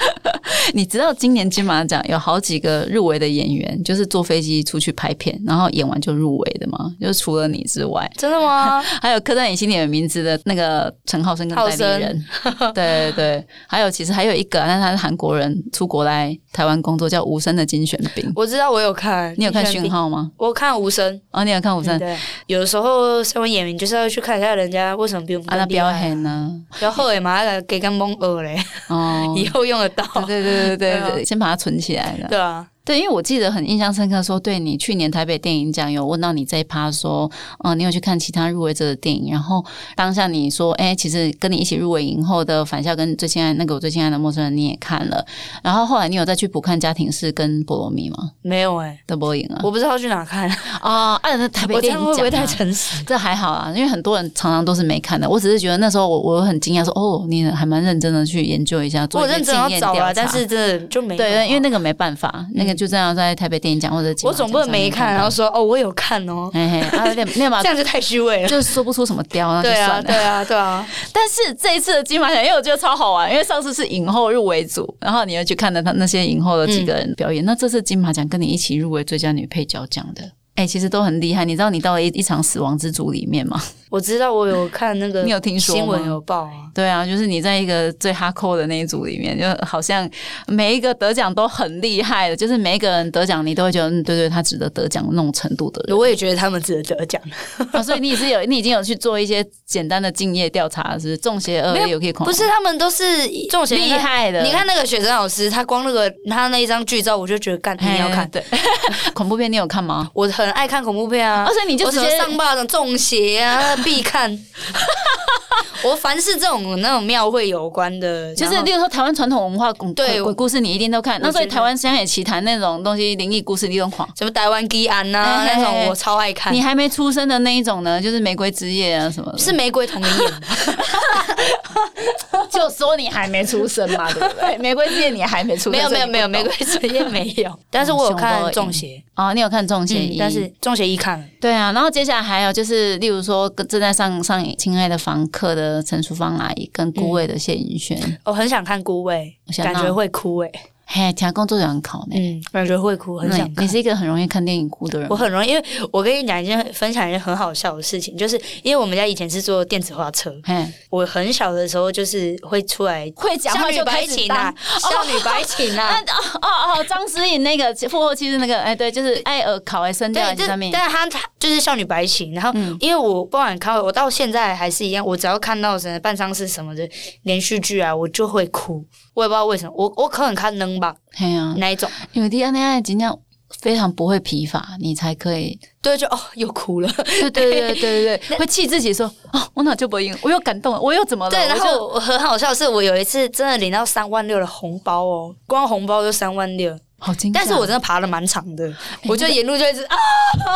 [SPEAKER 2] 你知道今年金马奖有好几个入围的演员，就是坐飞机出去拍片，然后演完就入围的吗？就是除了你之外，
[SPEAKER 3] 真的吗？
[SPEAKER 2] 还有刻在你心里的名字的那个陈浩生跟
[SPEAKER 3] 浩
[SPEAKER 2] 戴立
[SPEAKER 3] 生
[SPEAKER 2] 人，对对对，还有其实还有一个，但是他是韩国人，出国来台湾工作，叫吴声的金选彬。
[SPEAKER 3] 我知道我有看，
[SPEAKER 2] 你有看
[SPEAKER 3] 你喜欢
[SPEAKER 2] 讯号吗？
[SPEAKER 3] 我看无声，嗯
[SPEAKER 2] 哦，你有看吴声？
[SPEAKER 3] 对，有时候身为演员，就是要去看一下人家为什么比我们
[SPEAKER 2] 啊，
[SPEAKER 3] 更
[SPEAKER 2] 那
[SPEAKER 3] 厉害
[SPEAKER 2] 表演呢？
[SPEAKER 3] 然后也嘛，给个蒙耳嘞，，
[SPEAKER 2] 哦
[SPEAKER 3] 以后用得到。
[SPEAKER 2] 对对 对对
[SPEAKER 3] 对啊
[SPEAKER 2] 对，先把它存起来了。
[SPEAKER 3] 对啊，
[SPEAKER 2] 对，因为我记得很印象深刻说，对你去年台北电影奖有问到你这一趴，说，嗯、你有去看其他入围者的电影，然后当下你说，哎、其实跟你一起入围影后的《返校》跟《最亲爱那个我最亲爱的陌生人》你也看了，然后后来你有再去补看《家庭式》跟《菠萝蜜》吗？
[SPEAKER 3] 没有哎，
[SPEAKER 2] 的播影啊，
[SPEAKER 3] 我不知道去哪看，
[SPEAKER 2] 哦，按、啊、台北
[SPEAKER 3] 我这
[SPEAKER 2] 电
[SPEAKER 3] 样
[SPEAKER 2] 影
[SPEAKER 3] 会不
[SPEAKER 2] 奖、
[SPEAKER 3] 会太
[SPEAKER 2] 啊。
[SPEAKER 3] 诚实？
[SPEAKER 2] 这还好啊，因为很多人常常都是没看的。我只是觉得那时候我我很惊讶说，哦，你还蛮认真的去研究一下，做
[SPEAKER 3] 我
[SPEAKER 2] 一些
[SPEAKER 3] 认真
[SPEAKER 2] 经
[SPEAKER 3] 要
[SPEAKER 2] 验
[SPEAKER 3] 找
[SPEAKER 2] 调
[SPEAKER 3] 了，
[SPEAKER 2] 查。
[SPEAKER 3] 但是真的就没有
[SPEAKER 2] 对对，因为
[SPEAKER 3] 啊
[SPEAKER 2] 那个没嗯办法，那个就这样在台北电影奖或者金马
[SPEAKER 3] 我总不能
[SPEAKER 2] 奖上
[SPEAKER 3] 没
[SPEAKER 2] 面
[SPEAKER 3] 看，然
[SPEAKER 2] 到
[SPEAKER 3] 后说哦，我有看哦，
[SPEAKER 2] 嘿嘿，啊，有 点那把
[SPEAKER 3] 这样就太虚伪了。
[SPEAKER 2] 就说不出什么雕，那就
[SPEAKER 3] 对啊，
[SPEAKER 2] 算了。
[SPEAKER 3] 对啊，对啊，
[SPEAKER 2] 但是这一次的金马奖，因为我觉得超好玩，因为上次是影后入围组，然后你又去看了他那些影后的几个人表演，那这次金马奖跟你一起入围最佳女配角奖的。哎、其实都很厉害。你知道你到了一一场死亡之组里面吗？
[SPEAKER 3] 我知道我有看那个，
[SPEAKER 2] 你有听说吗
[SPEAKER 3] 新闻有报啊？
[SPEAKER 2] 对啊，就是你在一个最哈扣的那一组里面，就好像每一个得奖都很厉害的，就是每一个人得奖，你都会觉得，嗯，对对，他值得得奖那种程度的人。
[SPEAKER 3] 我也觉得他们值得得奖，
[SPEAKER 2] 哦、所以你也是有，你已经有去做一些简单的敬业调查，是不是中邪恶
[SPEAKER 3] 没有
[SPEAKER 2] 劣有可以狂
[SPEAKER 3] 不是他们都是这种学
[SPEAKER 2] 哦厉害的，
[SPEAKER 3] 你看那个雪珍老师，他光那个他那一张剧照，我就觉得干一
[SPEAKER 2] 哎，
[SPEAKER 3] 定要看。
[SPEAKER 2] 对恐怖片，你有看吗？
[SPEAKER 3] 我很爱看恐怖片啊
[SPEAKER 2] 而，且你就
[SPEAKER 3] 我
[SPEAKER 2] 直
[SPEAKER 3] 什么
[SPEAKER 2] 接
[SPEAKER 3] 上巴掌、中邪 啊必看。我凡是这种那种庙会有关的，
[SPEAKER 2] 就是，
[SPEAKER 3] 然后
[SPEAKER 2] 例如说台湾传统文化鬼
[SPEAKER 3] 对
[SPEAKER 2] 鬼鬼故事，你一定都看。那所以
[SPEAKER 3] 觉得
[SPEAKER 2] 台湾乡野奇谈那种东西，灵异故事你都狂。
[SPEAKER 3] 什么台湾基安呐
[SPEAKER 2] 哎
[SPEAKER 3] 那
[SPEAKER 2] 哎哎
[SPEAKER 3] 种，我超爱看
[SPEAKER 2] 你。还没出生的那一种呢，就是玫瑰之夜啊什么的，
[SPEAKER 3] 是玫瑰同龄 演的，
[SPEAKER 2] 就说你还没出生嘛，对不对？玫瑰之夜你还没出
[SPEAKER 3] 没
[SPEAKER 2] 生，
[SPEAKER 3] 有没有没有
[SPEAKER 2] 所
[SPEAKER 3] 玫瑰之
[SPEAKER 2] 以你不懂
[SPEAKER 3] 夜没有， 但是我有
[SPEAKER 2] 嗯
[SPEAKER 3] 看
[SPEAKER 2] 熊
[SPEAKER 3] 中邪，
[SPEAKER 2] 哦，你有看中邪
[SPEAKER 3] 嗯
[SPEAKER 2] 一、
[SPEAKER 3] 但是中邪一看了，
[SPEAKER 2] 对啊，然后接下来还有就是，例如说跟正在上上《亲爱的房客》的陈淑芳阿姨跟顾魏的谢盈萱，
[SPEAKER 3] 我很想看孤味
[SPEAKER 2] 我，想
[SPEAKER 3] 感觉
[SPEAKER 2] 到
[SPEAKER 3] 会哭哎，
[SPEAKER 2] 嘿，听工作人考呢。
[SPEAKER 3] 嗯，感觉会哭，很
[SPEAKER 2] 那
[SPEAKER 3] 想
[SPEAKER 2] 你
[SPEAKER 3] 看
[SPEAKER 2] 你。是一个很容易看电影哭的人
[SPEAKER 3] 我
[SPEAKER 2] 吗，
[SPEAKER 3] 很容易，因为我跟你讲一件分享一件很好笑的事情，就是因为我们家以前是做电子花车，
[SPEAKER 2] 嘿，
[SPEAKER 3] 我很小的时候就是会出来
[SPEAKER 2] 会讲
[SPEAKER 3] 少
[SPEAKER 2] 话
[SPEAKER 3] 女
[SPEAKER 2] 就
[SPEAKER 3] 白
[SPEAKER 2] 开始
[SPEAKER 3] 琴
[SPEAKER 2] 当
[SPEAKER 3] 啊，少女白琴
[SPEAKER 2] 啊
[SPEAKER 3] 啊。
[SPEAKER 2] 哦哦哦，张诗颖那个复活期是那个，哎，对，就是艾尔考哎生
[SPEAKER 3] 对
[SPEAKER 2] 掉还，是
[SPEAKER 3] 这
[SPEAKER 2] 上面，
[SPEAKER 3] 但他他就是少女白琴，然后
[SPEAKER 2] 嗯
[SPEAKER 3] 因为我不管看，我到现在还是一样，我只要看到什么办丧事什么的连续剧啊，我就会哭，我也不知道为什么，我我可能看能吧
[SPEAKER 2] 嘿啊，
[SPEAKER 3] 那一种，
[SPEAKER 2] 因为第二恋爱尽量非常不会疲乏，你才可以，
[SPEAKER 3] 对，就哦又哭了，
[SPEAKER 2] 对对对对对对，会气自己说，哦，我哪就不赢，我又感动了，我又怎么 了？
[SPEAKER 3] 对，然
[SPEAKER 2] 我就
[SPEAKER 3] 后我很好笑的是，我有一次真的领到三万六的红包哦，光红包就三万六，
[SPEAKER 2] 好惊吓，
[SPEAKER 3] 但是我真的啊爬了蛮长 的，我就沿路就一直啊，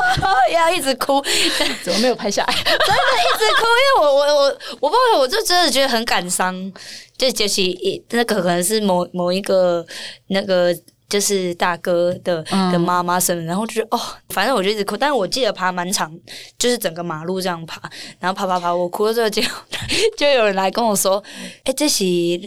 [SPEAKER 3] 要一直哭，一
[SPEAKER 2] 怎么没有拍下来？
[SPEAKER 3] 直哭，因为我我我我不知道，我就真的觉得很感伤，就也许那个可能是某某一个那个。就是大哥的
[SPEAKER 2] 嗯
[SPEAKER 3] 的妈妈生的，然后就觉得哦，反正我就一直哭，但是我记得爬蛮长，就是整个马路这样爬，然后爬爬爬，我哭到最后就 就有人来跟我说，哎、这是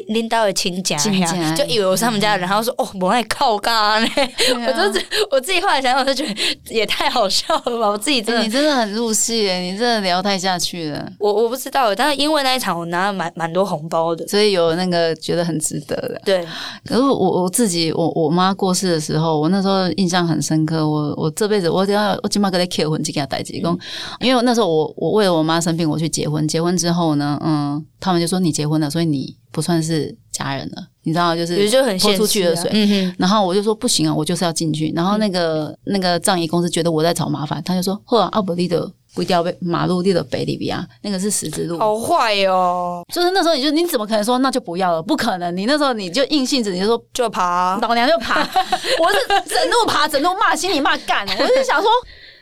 [SPEAKER 3] 领导的亲家
[SPEAKER 2] 亲嗯
[SPEAKER 3] 呀
[SPEAKER 2] 家
[SPEAKER 3] 就以为我是他们家的人，然后说哦，我爱靠嘎呢，
[SPEAKER 2] 啊
[SPEAKER 3] 我就是我自己后来想想，我就觉得也太好笑了吧！我自己真
[SPEAKER 2] 哎
[SPEAKER 3] 的，
[SPEAKER 2] 你真的很入戏耶，你真的聊太下去了，
[SPEAKER 3] 我我不知道，但是因为那一场我拿了蛮蛮多红包的。
[SPEAKER 2] 所以有那个觉得很值得的。
[SPEAKER 3] 对，
[SPEAKER 2] 可是我我自己，我我妈过世的时候，我那时候印象很深刻。我我这辈子我只要我今妈跟她结婚，就给她带结
[SPEAKER 3] 嗯
[SPEAKER 2] 公，因为我那时候我我为了我妈生病，我去结婚。结婚之后呢，嗯，他们就说你结婚了，所以你不算是家人了，你知道就
[SPEAKER 3] 比如
[SPEAKER 2] 是。
[SPEAKER 3] 就很现实、啊、
[SPEAKER 2] 泼出去的水
[SPEAKER 3] 嗯哼，
[SPEAKER 2] 然后我就说不行啊，我就是要进去。然后那个、那个葬仪公司觉得我在找麻烦，他就说：“呵，阿伯利的不掉被马路立的北里比亚，那个是十字路。”
[SPEAKER 3] 好坏哦，
[SPEAKER 2] 就是那时候你就你怎么可能说那就不要了？不可能，你那时候你就硬性子，你就说
[SPEAKER 3] 就爬、
[SPEAKER 2] 老娘就爬，我是整路爬，整路骂，心里骂干。我是想说，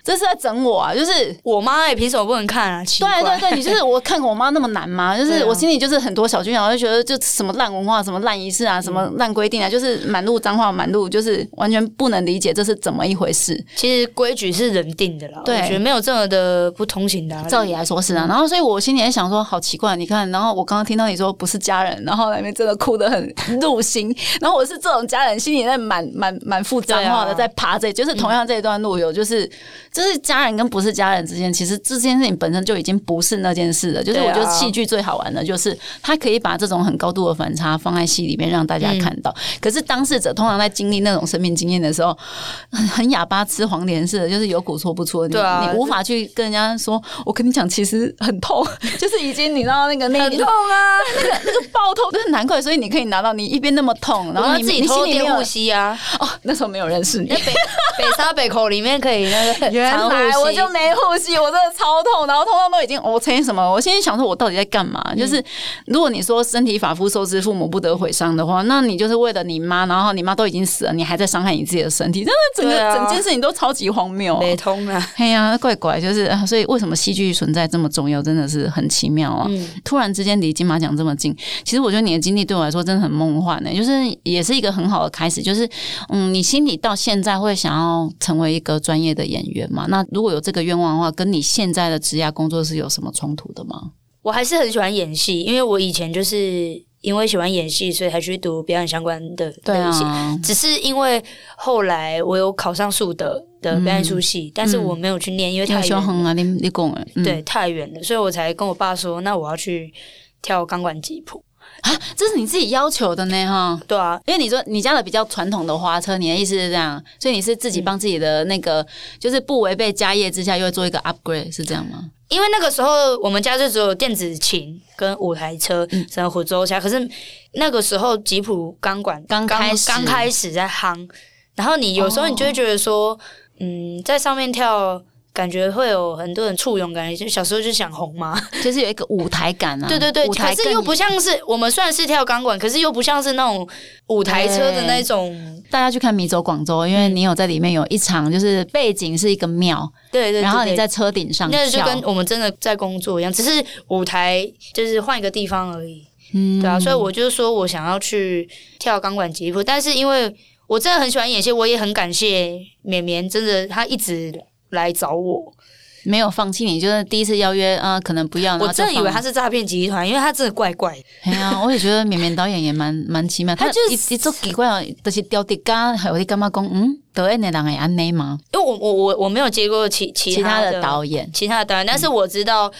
[SPEAKER 2] 这是在整我啊，就是。
[SPEAKER 3] 我妈也凭什么不能看啊？奇怪
[SPEAKER 2] 对对对，你就是我看过我妈那么 难吗？就
[SPEAKER 3] 对
[SPEAKER 2] 是
[SPEAKER 3] 啊
[SPEAKER 2] 我心里就是很多小剧场，我就觉得就什么烂文化、什么烂仪式啊、什么
[SPEAKER 3] 嗯
[SPEAKER 2] 烂规定啊，就是满路脏话，满路就是完全不能理解这是怎么一回事。
[SPEAKER 3] 其实规矩是人定的啦，
[SPEAKER 2] 对
[SPEAKER 3] 我觉得没有这么的不通行的、啊。
[SPEAKER 2] 照理来说是啊，然后所以我心里也想说，好奇怪，你看，然后我刚刚听到你说不是家人，然后那边真的哭得很 入心，然后我是这种家人，心里在满满满腹脏话
[SPEAKER 3] 对啊
[SPEAKER 2] 的在爬这，就是同样这一段路有，就是就是家人跟不是家人之间，其实这件事情本身就已经不是那件事了，就是
[SPEAKER 3] 对
[SPEAKER 2] 我
[SPEAKER 3] 啊
[SPEAKER 2] 觉得戏剧最好玩的就是它可以把这种很高度的反差放在戏里面让大家看到，
[SPEAKER 3] 嗯
[SPEAKER 2] 可是当事者通常在经历那种生命经验的时候，很很哑巴吃黄连似的，就是有苦说不出的，你、
[SPEAKER 3] 对啊
[SPEAKER 2] 你无法去跟人家说，我跟你讲，其实很 痛，就是已经你知道那个那
[SPEAKER 3] 很痛 啊，
[SPEAKER 2] 那个那个爆痛，就是难怪，所以你可以拿到你一边那么痛，然
[SPEAKER 3] 我
[SPEAKER 2] 后
[SPEAKER 3] 要
[SPEAKER 2] 你
[SPEAKER 3] 自己
[SPEAKER 2] 你
[SPEAKER 3] 偷
[SPEAKER 2] 心里没
[SPEAKER 3] 电
[SPEAKER 2] 有
[SPEAKER 3] 护膝 啊，
[SPEAKER 2] 哦，那时候没有认识你
[SPEAKER 3] 那。北北沙北口里面可以那 个
[SPEAKER 2] 原
[SPEAKER 3] 藏护
[SPEAKER 2] 来我
[SPEAKER 3] 膝
[SPEAKER 2] 就没呼吸，我真的超痛，然后痛痛都已经我成什么？我现在想说，我到底在干嘛？
[SPEAKER 3] 嗯
[SPEAKER 2] 就是如果你说身体发肤受之，父母不得毁伤的话，那你就是为了你妈，然后你妈都已经死了，你还在伤害你自己的身体，真的整
[SPEAKER 3] 对
[SPEAKER 2] 个、
[SPEAKER 3] 啊
[SPEAKER 2] 整件事情都超级荒谬。
[SPEAKER 3] 没通啊。
[SPEAKER 2] 嘿呀、怪怪，就是啊所以为什么戏剧存在这么重要，真的是很奇妙啊！
[SPEAKER 3] 嗯
[SPEAKER 2] 突然之间离金马奖这么近，其实我觉得你的经历对我来说真的很梦幻呢、欸就是也是一个很好的开始，就是嗯，你心里到现在会想要成为一个专业的演员嘛？那如果有这个愿望的话，跟你现在的职业工作是有什么冲突的吗？
[SPEAKER 3] 我还是很喜欢演戏，因为我以前就是因为喜欢演戏，所以才去读表演相关的
[SPEAKER 2] 对
[SPEAKER 3] 东西。
[SPEAKER 2] 啊，
[SPEAKER 3] 只是因为后来我有考上树德的表演出戏，但是我没有去念，因为
[SPEAKER 2] 有
[SPEAKER 3] 太
[SPEAKER 2] 嗯凶
[SPEAKER 3] 远，
[SPEAKER 2] 狠啊，你你讲诶，嗯
[SPEAKER 3] 对，太远了，所以我才跟我爸说，那我要去跳钢管吉普。
[SPEAKER 2] 啊，这是你自己要求的呢哈。
[SPEAKER 3] 对啊，
[SPEAKER 2] 因为你说你家的比较传统的花车，你的意思是这样，所以你是
[SPEAKER 3] 嗯
[SPEAKER 2] 自己帮自己的那个，就是不违背家业之下，又会做一个 upgrade，是这样吗？
[SPEAKER 3] 因为那个时候我们家就只有电子琴跟舞台车，
[SPEAKER 2] 嗯
[SPEAKER 3] 什么虎州虾。可是那个时候吉普钢管
[SPEAKER 2] 刚开始
[SPEAKER 3] 刚开始在夯，然后你有时候你就会觉得
[SPEAKER 2] 哦
[SPEAKER 3] 说，嗯，在上面跳，感觉会有很多人簇拥，感觉就小时候就想红嘛。
[SPEAKER 2] 就是有一个舞台感啊，
[SPEAKER 3] 对对对，
[SPEAKER 2] 舞
[SPEAKER 3] 可
[SPEAKER 2] 台
[SPEAKER 3] 是又
[SPEAKER 2] 更
[SPEAKER 3] 不像是我们虽然是跳钢管，可是又不像是那种舞台车的那种。
[SPEAKER 2] 大家去看《迷走广州》，因为你有在里面有一场，就是背景是一个庙，
[SPEAKER 3] 对对对对
[SPEAKER 2] 然后你在车顶上
[SPEAKER 3] 那就
[SPEAKER 2] 跳，
[SPEAKER 3] 跟我们真的在工作一样，只是舞台就是换一个地方而已。
[SPEAKER 2] 嗯
[SPEAKER 3] 对啊，所以我就说我想要去跳钢管吉普，但是因为我真的很喜欢演戏，我也很感谢绵绵，真的他一直来找我，
[SPEAKER 2] 没有放弃你，就是第一次邀约啊、呃可能不要，然后
[SPEAKER 3] 我真的以
[SPEAKER 2] 就放
[SPEAKER 3] 为他。是诈骗集团，因为他真的怪怪的。
[SPEAKER 2] 哎呀、 我也觉得绵绵导演也蛮蛮奇妙，
[SPEAKER 3] 他就
[SPEAKER 2] 一一做奇怪哦，就是雕的嘎，还有你干嘛讲嗯，导演的人会安内吗？
[SPEAKER 3] 因为我我我我没有接过其其
[SPEAKER 2] 其他
[SPEAKER 3] 的
[SPEAKER 2] 的导演
[SPEAKER 3] 其他的导演，但是我知道，
[SPEAKER 2] 嗯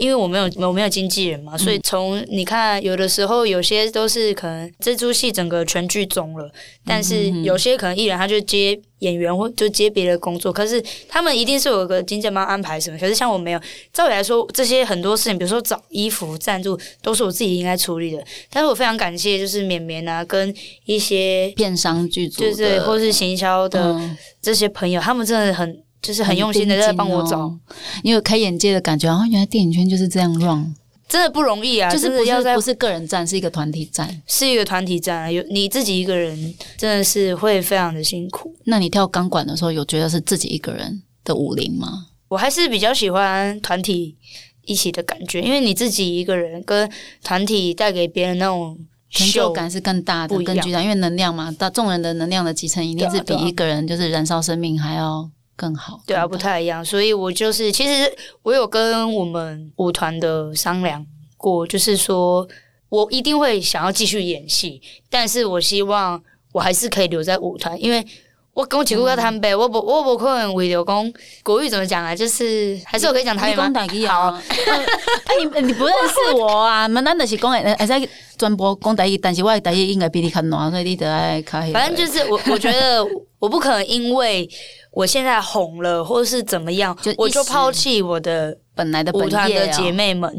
[SPEAKER 3] 因为我没有我没有经纪人嘛，所以从你看，有的时候有些都是可能这出戏整个全剧终了，
[SPEAKER 2] 嗯
[SPEAKER 3] 但是有些可能艺人他就接演员或就接别的工作，可是他们一定是有个经纪人帮他安排什么，可是像我没有。照理来说，这些很多事情，比如说找衣服、赞助，都是我自己应该处理的，但是我非常感谢就是绵绵啊，跟一些。
[SPEAKER 2] 片商剧组
[SPEAKER 3] 对对，
[SPEAKER 2] 的
[SPEAKER 3] 或是行销的
[SPEAKER 2] 嗯
[SPEAKER 3] 这些朋友，他们真的很就是很用心的在帮我找，
[SPEAKER 2] 很盯紧哦你有开眼界的感觉，然、后原来电影圈就是这样 run，
[SPEAKER 3] 真的不容易啊！
[SPEAKER 2] 就是
[SPEAKER 3] 真
[SPEAKER 2] 不
[SPEAKER 3] 的要
[SPEAKER 2] 是
[SPEAKER 3] 在
[SPEAKER 2] 不是个人战，是一个团体战。
[SPEAKER 3] 是一个团体战啊，有你自己一个人真的是会非常的辛苦。
[SPEAKER 2] 那你跳钢管的时候，有觉得是自己一个人的舞龄吗？
[SPEAKER 3] 我还是比较喜欢团体一起的感觉，因为你自己一个人跟团体带给别人那种
[SPEAKER 2] 成
[SPEAKER 3] 秀
[SPEAKER 2] 就感是更大的
[SPEAKER 3] 不一、样
[SPEAKER 2] 更巨大，因为能量嘛，大众人的能量的集成一定是比
[SPEAKER 3] 对啊对啊
[SPEAKER 2] 一个人就是燃烧生命还要更好。
[SPEAKER 3] 对啊，不
[SPEAKER 2] 更大
[SPEAKER 3] 太一样。所以我就是，其实我有跟我们舞团的商量过，就是说我一定会想要继续演戏，但是我希望我还是可以留在舞团，因为我跟我几个摊白，我不我不可能为了讲国语怎么讲啊，就是还是我可以讲台语
[SPEAKER 2] 你讲
[SPEAKER 3] 吗？
[SPEAKER 2] 台语
[SPEAKER 3] 好
[SPEAKER 2] 啊， 啊你你不认识我啊？那咱就是讲会会使传播讲台语，但是我的台语应该比你较烂，所以你得爱较迄个。
[SPEAKER 3] 反正就是 我，我觉得我不可能因为我现在红了或是怎么样
[SPEAKER 2] 就一，时
[SPEAKER 3] 我就抛弃我的
[SPEAKER 2] 本来的
[SPEAKER 3] 舞
[SPEAKER 2] 本
[SPEAKER 3] 团
[SPEAKER 2] 业
[SPEAKER 3] 的
[SPEAKER 2] 啊
[SPEAKER 3] 姐妹们，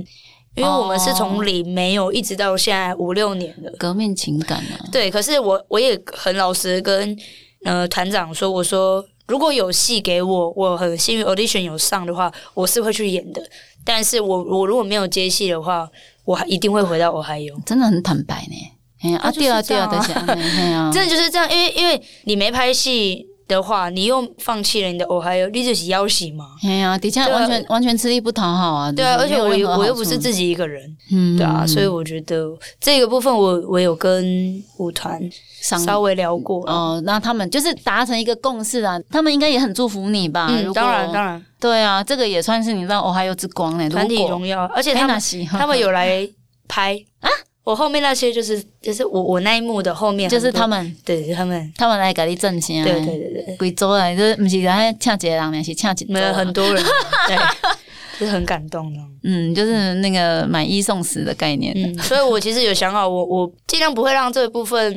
[SPEAKER 3] 因为我们是
[SPEAKER 2] 哦
[SPEAKER 3] 从零没有一直到现在五六年了。
[SPEAKER 2] 革命情感啊，
[SPEAKER 3] 对，可是我我也很老实跟呃团长说，我说如果有戏给我，我很幸运 audition 有上的话，我是会去演的。但是我我如果没有接戏的话，我还一定会回到我还有。
[SPEAKER 2] 真的很坦白呢。哎呀，啊
[SPEAKER 3] 啊就是
[SPEAKER 2] 对啊对啊，
[SPEAKER 3] 这样啊
[SPEAKER 2] 就是安尼嘿啊，
[SPEAKER 3] 真的 就是这样，因为因为你没拍戏的话，你又放弃了你的 Ohio，你就是要洗嘛。
[SPEAKER 2] 哎呀，底下
[SPEAKER 3] 对啊
[SPEAKER 2] 完全完全吃力不讨好啊。
[SPEAKER 3] 对啊，而
[SPEAKER 2] 就
[SPEAKER 3] 且
[SPEAKER 2] 是没有
[SPEAKER 3] 我
[SPEAKER 2] 任
[SPEAKER 3] 又
[SPEAKER 2] 何
[SPEAKER 3] 我又
[SPEAKER 2] 好
[SPEAKER 3] 不
[SPEAKER 2] 处
[SPEAKER 3] 是自己一个人，
[SPEAKER 2] 嗯
[SPEAKER 3] 对啊，所以我觉得这个部分我我有跟舞团
[SPEAKER 2] 伤
[SPEAKER 3] 稍微聊过了，
[SPEAKER 2] 哦，那他们就是达成一个共识啊，他们应该也很祝福你吧？
[SPEAKER 3] 嗯，当然当
[SPEAKER 2] 然，
[SPEAKER 3] 然，
[SPEAKER 2] 对啊，这个也算是你让哦还有之光嘞、如
[SPEAKER 3] 团体
[SPEAKER 2] 果
[SPEAKER 3] 荣耀，而且
[SPEAKER 2] 嘿
[SPEAKER 3] 他们
[SPEAKER 2] 那是
[SPEAKER 3] 他们有来拍啊。我后面那些就是就是我我那一幕的后面很
[SPEAKER 2] 就
[SPEAKER 3] 多，
[SPEAKER 2] 是他们嗯
[SPEAKER 3] 对就是他们，
[SPEAKER 2] 他们来给你挣钱，
[SPEAKER 3] 对对对对，
[SPEAKER 2] 贵州来这不是来请一个人，也是请一桌
[SPEAKER 3] 没有很多 人，对，就是很感动的。
[SPEAKER 2] 嗯，就是那个买一送十的概念。
[SPEAKER 3] 嗯，所以我其实有想好，我我尽量不会让这部分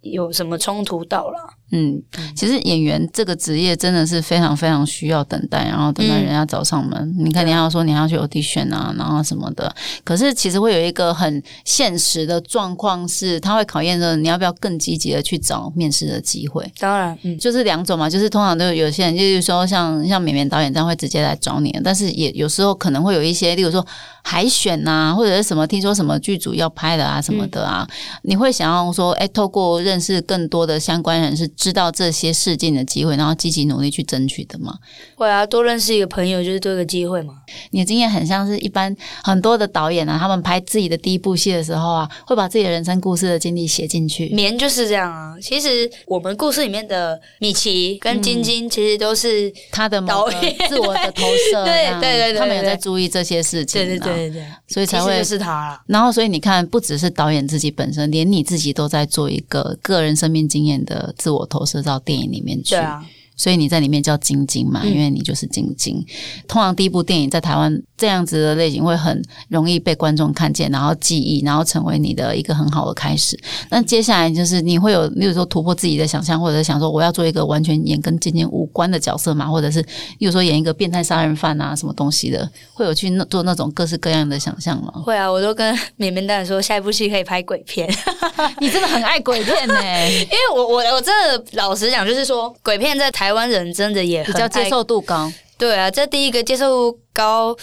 [SPEAKER 3] 有什么冲突到啦。
[SPEAKER 2] 嗯，其实演员这个职业真的是非常非常需要等待，然后等待人家找上门。你看，你还要说你还要去 audition 啊，然后什么的。可是其实会有一个很现实的状况是，他会考验着你要不要更积极的去找面试的机会。
[SPEAKER 3] 当然，嗯，
[SPEAKER 2] 就是两种嘛，就是通常都有有些人，就是说像像绵绵导演这样会直接来找你，但是也有时候可能会有一些，例如说海选呐、或者是什么听说什么剧
[SPEAKER 3] 嗯
[SPEAKER 2] 组要拍的啊什么的啊，你会想要说，哎、透过认识更多的相关人士知道这些事件的机会，然后积极努力去争取的吗？
[SPEAKER 3] 会啊，多认识一个朋友就是多一个机会嘛。
[SPEAKER 2] 你的经验很像是一般很多的导演啊，他们拍自己的第一部戏的时候啊，会把自己的人生故事的经历写进去。
[SPEAKER 3] 棉就是这样啊。其实我们故事里面的米奇跟晶
[SPEAKER 2] 嗯
[SPEAKER 3] 晶其实都是、
[SPEAKER 2] 他的某个
[SPEAKER 3] 导演
[SPEAKER 2] 自我的投射啊，
[SPEAKER 3] 对对对对对
[SPEAKER 2] 他们有在注意这些事情、啊，
[SPEAKER 3] 对对对对对，
[SPEAKER 2] 所以才
[SPEAKER 3] 其
[SPEAKER 2] 会
[SPEAKER 3] 实就是他啦。
[SPEAKER 2] 然后，所以你看，不只是导演自己本身，连你自己都在做一个个人生命经验的自我投射到电影里面去。
[SPEAKER 3] 对啊，
[SPEAKER 2] 所以你在里面叫晶晶嘛，
[SPEAKER 3] 嗯
[SPEAKER 2] 因为你就是晶晶。通常第一部电影在台湾这样子的类型会很容易被观众看见，然后记忆，然后成为你的一个很好的开始。那接下来就是你会有，例如说突破自己的想象，或者是想说我要做一个完全演跟晶晶无关的角色嘛，或者是例如说演一个变态杀人犯啊什么东西的，会有去那做那种各式各样的想象吗？
[SPEAKER 3] 会啊，我都跟绵绵蛋说，下一部戏可以拍鬼 片，
[SPEAKER 2] 你真的很爱鬼片呢、
[SPEAKER 3] 因为我我我真的老实讲，就是说鬼片在台湾人真的也
[SPEAKER 2] 比
[SPEAKER 3] 很
[SPEAKER 2] 较接
[SPEAKER 3] 爱
[SPEAKER 2] 受度高。
[SPEAKER 3] 对啊，这第一个接受度高，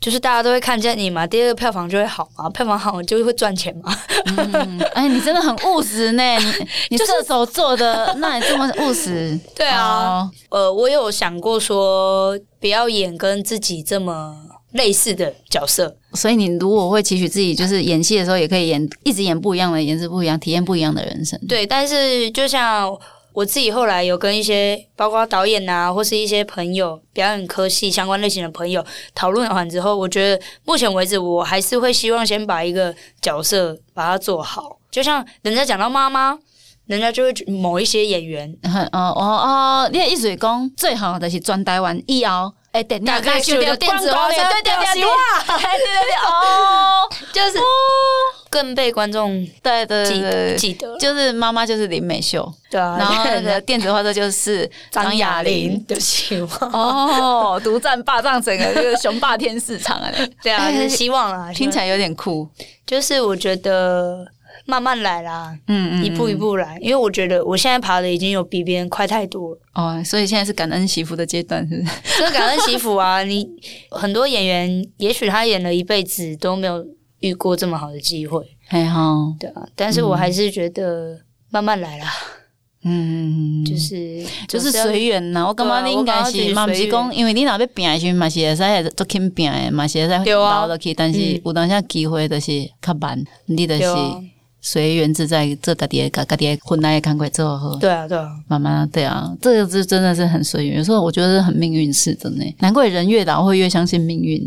[SPEAKER 3] 就是大家都会看见你嘛；第二个票房就会好嘛，票房好就会赚钱嘛。
[SPEAKER 2] 嗯，哎，你真的很务实呢，你你射手座的，那你这么务实，
[SPEAKER 3] 对啊
[SPEAKER 2] 好，
[SPEAKER 3] 呃，我有想过说，不要演跟自己这么类似的角色。
[SPEAKER 2] 所以你如果会期许自己，就是演戏的时候也可以演，一直演不一样的，颜值不一样，体验不一样的人生。
[SPEAKER 3] 对，但是就像我自己后来有跟一些包括导演啊，或是一些朋友表演科系相关类型的朋友讨论完之后，我觉得目前为止我还是会希望先把一个角色把它做好。就像人家讲到妈妈，人家就会觉某一些演员
[SPEAKER 2] 很哦哦哦，你的意思是讲最好的是转台湾以后，哎，等
[SPEAKER 3] 大概
[SPEAKER 2] 就
[SPEAKER 3] 就
[SPEAKER 2] 了
[SPEAKER 3] 有
[SPEAKER 2] 电
[SPEAKER 3] 电
[SPEAKER 2] 子
[SPEAKER 3] 子
[SPEAKER 2] 花
[SPEAKER 3] 花
[SPEAKER 2] 车，
[SPEAKER 3] 车
[SPEAKER 2] 对对对对，哎对对对，哦，
[SPEAKER 3] 就是更被观众
[SPEAKER 2] 对对
[SPEAKER 3] 记
[SPEAKER 2] 对对对，
[SPEAKER 3] 记得，
[SPEAKER 2] 就是妈妈就是林美秀，
[SPEAKER 3] 对啊，
[SPEAKER 2] 然 后
[SPEAKER 3] 对
[SPEAKER 2] 呢，电子花车就是
[SPEAKER 3] 张雅
[SPEAKER 2] 雅
[SPEAKER 3] 玲的希望，
[SPEAKER 2] 哦，独占霸占整个就是雄霸天市 场啊！
[SPEAKER 3] 对啊，
[SPEAKER 2] 哎
[SPEAKER 3] 就是希望啦，
[SPEAKER 2] 听起
[SPEAKER 3] 来
[SPEAKER 2] 来有点酷。
[SPEAKER 3] 就是我觉得慢慢来啦，
[SPEAKER 2] 嗯
[SPEAKER 3] 一步一步来，因为我觉得我现在爬的已经有比别人快太多了。
[SPEAKER 2] 哦，所以现在是感恩媳妇的阶段，是不 是？
[SPEAKER 3] 这感恩媳妇啊，你很多演员，也许他演了一辈子都没有遇过这么好的机会，
[SPEAKER 2] 哎哈，
[SPEAKER 3] 对啊，但是我还是觉得慢慢来啦，
[SPEAKER 2] 嗯，
[SPEAKER 3] 就是
[SPEAKER 2] 就是
[SPEAKER 3] 总要
[SPEAKER 2] 随缘呐。我感觉
[SPEAKER 3] 对啊
[SPEAKER 2] 你应该是，
[SPEAKER 3] 我感
[SPEAKER 2] 嘛不
[SPEAKER 3] 觉是
[SPEAKER 2] 是讲，因为你若要拼的时候，嘛是会使做肯拼的，嘛是会使
[SPEAKER 3] 对啊
[SPEAKER 2] 留落去。但是
[SPEAKER 3] 嗯
[SPEAKER 2] 有当下机会就是较慢，你就
[SPEAKER 3] 对啊
[SPEAKER 2] 是随缘自在，做家己的家家己的困难的工作做好。
[SPEAKER 3] 对啊，对啊，
[SPEAKER 2] 慢慢对啊，这个是真的是很随缘，有时候我觉得是很命运式的呢。难怪人越老会越相信命运。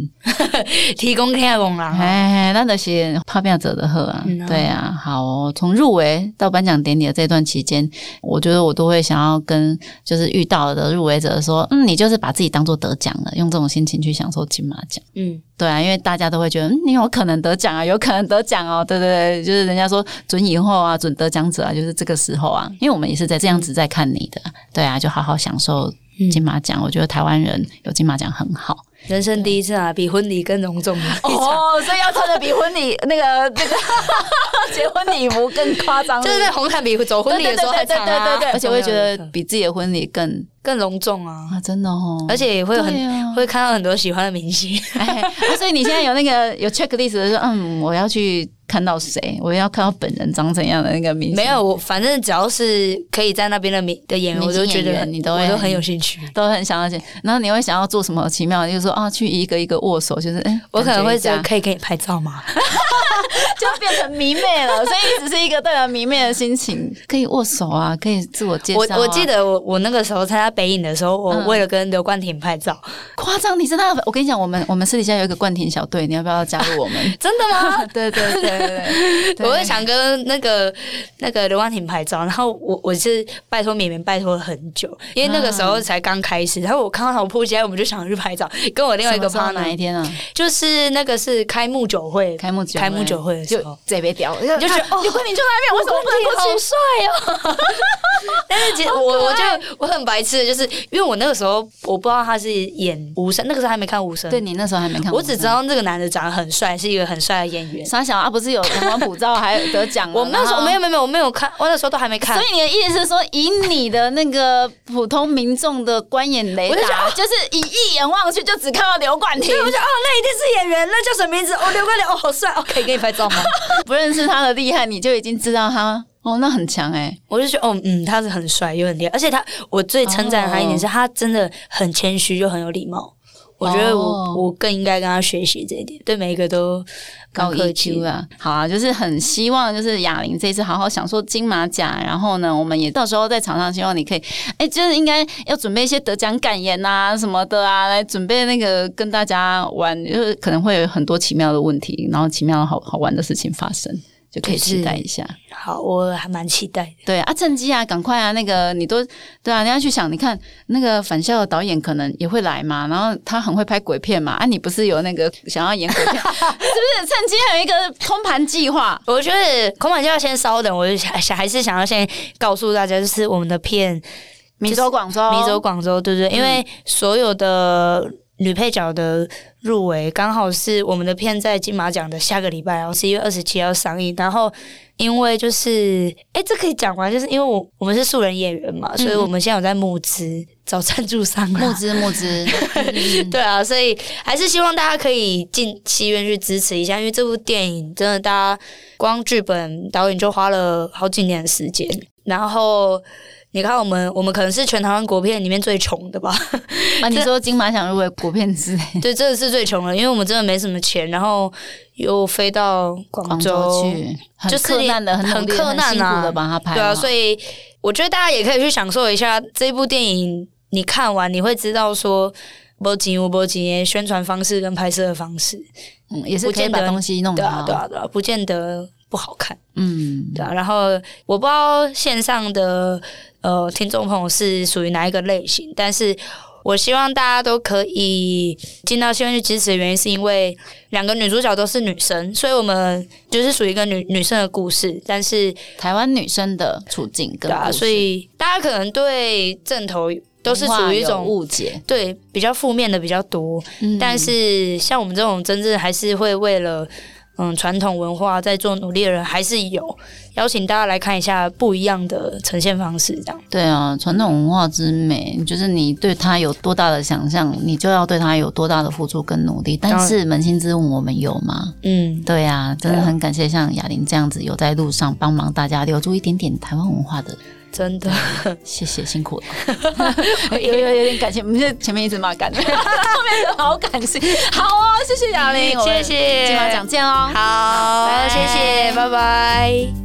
[SPEAKER 3] 提供天空啦，
[SPEAKER 2] 哎，那那些怕变者的喝啊，
[SPEAKER 3] 啊嗯啊
[SPEAKER 2] 对啊，好哦。从入围到颁奖典礼的这段期间，我觉得我都会想要跟就是遇到的入围者说，嗯，你就是把自己当做得奖了，用这种心情去享受金马奖。
[SPEAKER 3] 嗯，
[SPEAKER 2] 对啊，因为大家都会觉得，嗯，你有可能得奖啊，有可能得奖哦，对对对，就是人家说准以后啊，准得奖者啊，就是这个时候啊，因为我们也是在这样子在看你的，对啊，就好好享受
[SPEAKER 3] 嗯
[SPEAKER 2] 金马奖。我觉得台湾人有金马奖很好。
[SPEAKER 3] 人生第一次啊，比婚礼更隆重的一场。
[SPEAKER 2] 哦，所以要穿的比婚礼那个那个结婚礼服更夸张
[SPEAKER 3] 就是在红毯比走婚礼的时候还长啊，
[SPEAKER 2] 而且会觉得比自己的婚礼更
[SPEAKER 3] 更隆重啊，
[SPEAKER 2] 啊，真的哦，
[SPEAKER 3] 而且也会很、
[SPEAKER 2] 对啊
[SPEAKER 3] 会看到很多喜欢的明星。
[SPEAKER 2] 哎、啊所以你现在有那个有 checklist 的说，嗯，我要去看到谁，我要看到本人长怎样的那个明星，
[SPEAKER 3] 没有，我反正只要是可以在那边的明的演员，
[SPEAKER 2] 明
[SPEAKER 3] 我
[SPEAKER 2] 星
[SPEAKER 3] 都觉
[SPEAKER 2] 演
[SPEAKER 3] 得
[SPEAKER 2] 员
[SPEAKER 3] 很
[SPEAKER 2] 你都会
[SPEAKER 3] 我都
[SPEAKER 2] 很
[SPEAKER 3] 很有兴趣。
[SPEAKER 2] 都很想要去，然后你会想要做什么奇妙的，就是说啊，去一个一个握手，就是哎、
[SPEAKER 3] 我可能
[SPEAKER 2] 感觉
[SPEAKER 3] 会
[SPEAKER 2] 一
[SPEAKER 3] 觉
[SPEAKER 2] 下
[SPEAKER 3] 得可以给你拍照 吗？
[SPEAKER 2] 就变成迷妹了，所以只是一个对人迷妹的心情，可以握手啊，可以自我介绍、
[SPEAKER 3] 我
[SPEAKER 2] 啊，
[SPEAKER 3] 我记得我我那个时候参加北影的时候，我
[SPEAKER 2] 嗯
[SPEAKER 3] 为了跟刘冠廷拍照，
[SPEAKER 2] 夸张，你知道？我跟你讲，我们我们私底下有一个冠廷小队，你要不要加入我们？
[SPEAKER 3] 真的 吗？
[SPEAKER 2] 对对对对对，
[SPEAKER 3] 我会想跟那个那个刘冠廷拍照，然后我我是拜托绵绵拜托了很久，因为那个时
[SPEAKER 2] 嗯
[SPEAKER 3] 候才刚开始，然后我看到他们扑街，我们就想去拍照，跟我另外一个
[SPEAKER 2] 趴哪一
[SPEAKER 3] partner，
[SPEAKER 2] 天啊？
[SPEAKER 3] 就是那个是开幕酒会，
[SPEAKER 2] 开幕酒
[SPEAKER 3] 开幕酒会的时
[SPEAKER 2] 就
[SPEAKER 3] 候。
[SPEAKER 2] 这边屌，你就
[SPEAKER 3] 就觉得哦
[SPEAKER 2] 啊有冠廷就在那边，为什么不能过去？哦
[SPEAKER 3] 但是其实我我就我很白痴，的就是因为我那个时候我不知道他是演无声，那个时候还没看无声，
[SPEAKER 2] 对你那时候还没看，
[SPEAKER 3] 我只知道那个男的长得很帅，是一个很帅的演员。
[SPEAKER 2] 傻小啊，不是有阳光普照还得奖了？
[SPEAKER 3] 我那时候
[SPEAKER 2] 然后
[SPEAKER 3] 没有。没有没有我没有看，我那时候都还没看
[SPEAKER 2] 所。以你的意思是说，以你的那个普通民众的观眼雷
[SPEAKER 3] 我就
[SPEAKER 2] 达，就是以一眼望去就只看到刘冠廷，
[SPEAKER 3] 我 就哦，那一定是演员，那叫什么名字？哦，刘冠霖，哦，好帅，哦，可以给你拍照吗？
[SPEAKER 2] 不认识他的厉害，你就已经知道他哦，那很强哎、
[SPEAKER 3] 我就觉得，哦，嗯，他是很帅又很厉害，而且他，我最称赞他一
[SPEAKER 2] 哦
[SPEAKER 3] 点是、他真的很谦虚又很有礼貌。我觉得我、
[SPEAKER 2] 哦
[SPEAKER 3] 我更应该跟他学习这一点，对每一个都
[SPEAKER 2] 高
[SPEAKER 3] 蛮客气
[SPEAKER 2] EQ 啊，好啊，就是很希望就是哑铃这一次好好享受金马奖，然后呢，我们也到时候在场上希望你可以，哎，就是应该要准备一些得奖感言啊什么的啊，来准备那个跟大家玩，就是可能会有很多奇妙的问题，然后奇妙的好好玩的事情发生，就可以期待一下。
[SPEAKER 3] 好，我还蛮期待的。
[SPEAKER 2] 对啊，趁机啊，赶快啊，那个你都对啊，你要去想，你看那个返校的导演可能也会来嘛，然后他很会拍鬼片嘛，啊，你不是有那个想要演鬼片， 是不是？趁机还有一个通盘计划。
[SPEAKER 3] 我觉得孔板就要先稍等，我就想想还是想要先告诉大家，就是我们的片
[SPEAKER 2] 米
[SPEAKER 3] 就是
[SPEAKER 2] 州、广州、
[SPEAKER 3] 迷走广州，对不对？因为所有的女配角的入围，刚好是我们的片在金马奖的下个礼拜哦，十一月二十七要上映。然后因为就是，哎，这可以讲吗？就是因为我我们是素人演员嘛，所以我们现在有在募资找赞助商啊啦
[SPEAKER 2] 募。资募资，
[SPEAKER 3] 对啊，所以还是希望大家可以进戏院去支持一下，因为这部电影真的，大家光剧本导演就花了好几年的时间。然后你看，我们我们可能是全台湾国片里面最穷的吧？
[SPEAKER 2] 啊，你说金马奖入围国片之类，
[SPEAKER 3] 对，真的是最穷了，因为我们真的没什么钱，然后又飞到
[SPEAKER 2] 广
[SPEAKER 3] 广
[SPEAKER 2] 州
[SPEAKER 3] 州。
[SPEAKER 2] 去，很
[SPEAKER 3] 就是
[SPEAKER 2] 克
[SPEAKER 3] 你
[SPEAKER 2] 难的，很努
[SPEAKER 3] 很
[SPEAKER 2] 力
[SPEAKER 3] 克难
[SPEAKER 2] 很辛
[SPEAKER 3] 啊
[SPEAKER 2] 苦的把它拍好。
[SPEAKER 3] 对啊，所以我觉得大家也可以去享受一下这部电影。你看完你会知道说，波吉无波吉宣传方式跟拍摄的方式，
[SPEAKER 2] 嗯也是
[SPEAKER 3] 不
[SPEAKER 2] 可以
[SPEAKER 3] 见
[SPEAKER 2] 把
[SPEAKER 3] 得
[SPEAKER 2] 东西弄
[SPEAKER 3] 对啊，
[SPEAKER 2] 嗯好。
[SPEAKER 3] 对啊，对啊，不见得不好看，
[SPEAKER 2] 嗯，
[SPEAKER 3] 对啊。然后我不知道线上的呃听众朋友是属于哪一个类型，但是我希望大家都可以进到戏院去支持的原因，是因为两个女主角都是女生，所以我们就是属于一个女女生的故事，但是
[SPEAKER 2] 台湾女生的处境跟
[SPEAKER 3] 对啊，
[SPEAKER 2] 故事
[SPEAKER 3] 所以大家可能对正头都是
[SPEAKER 2] 文
[SPEAKER 3] 属
[SPEAKER 2] 化
[SPEAKER 3] 于一
[SPEAKER 2] 有
[SPEAKER 3] 种。
[SPEAKER 2] 误解，
[SPEAKER 3] 对，比较负面的比较多，
[SPEAKER 2] 嗯
[SPEAKER 3] 但是像我们这种真正还是会为了嗯传统文化在做努力的人，还是有邀请大家来看一下不一样的呈现方式，这样
[SPEAKER 2] 对啊，传统文化之美，就是你对它有多大的想象，你就要对它有多大的付出跟努力。但
[SPEAKER 3] 当然
[SPEAKER 2] 是扪心自问，我们有吗？
[SPEAKER 3] 嗯。
[SPEAKER 2] 对啊，真的
[SPEAKER 3] 对啊
[SPEAKER 2] 很感谢像雅玲这样子，有在路上帮忙大家留住一点点台湾文化的，
[SPEAKER 3] 真 的，
[SPEAKER 2] 谢谢辛苦了。 有有有点感谢，我们这前面一直骂 感，后面好感谢，好哦，谢谢雅玲，我
[SPEAKER 3] 谢
[SPEAKER 2] 们
[SPEAKER 3] 谢，
[SPEAKER 2] 金马奖见哦。
[SPEAKER 3] 好，
[SPEAKER 2] 拜
[SPEAKER 3] 谢谢，拜拜。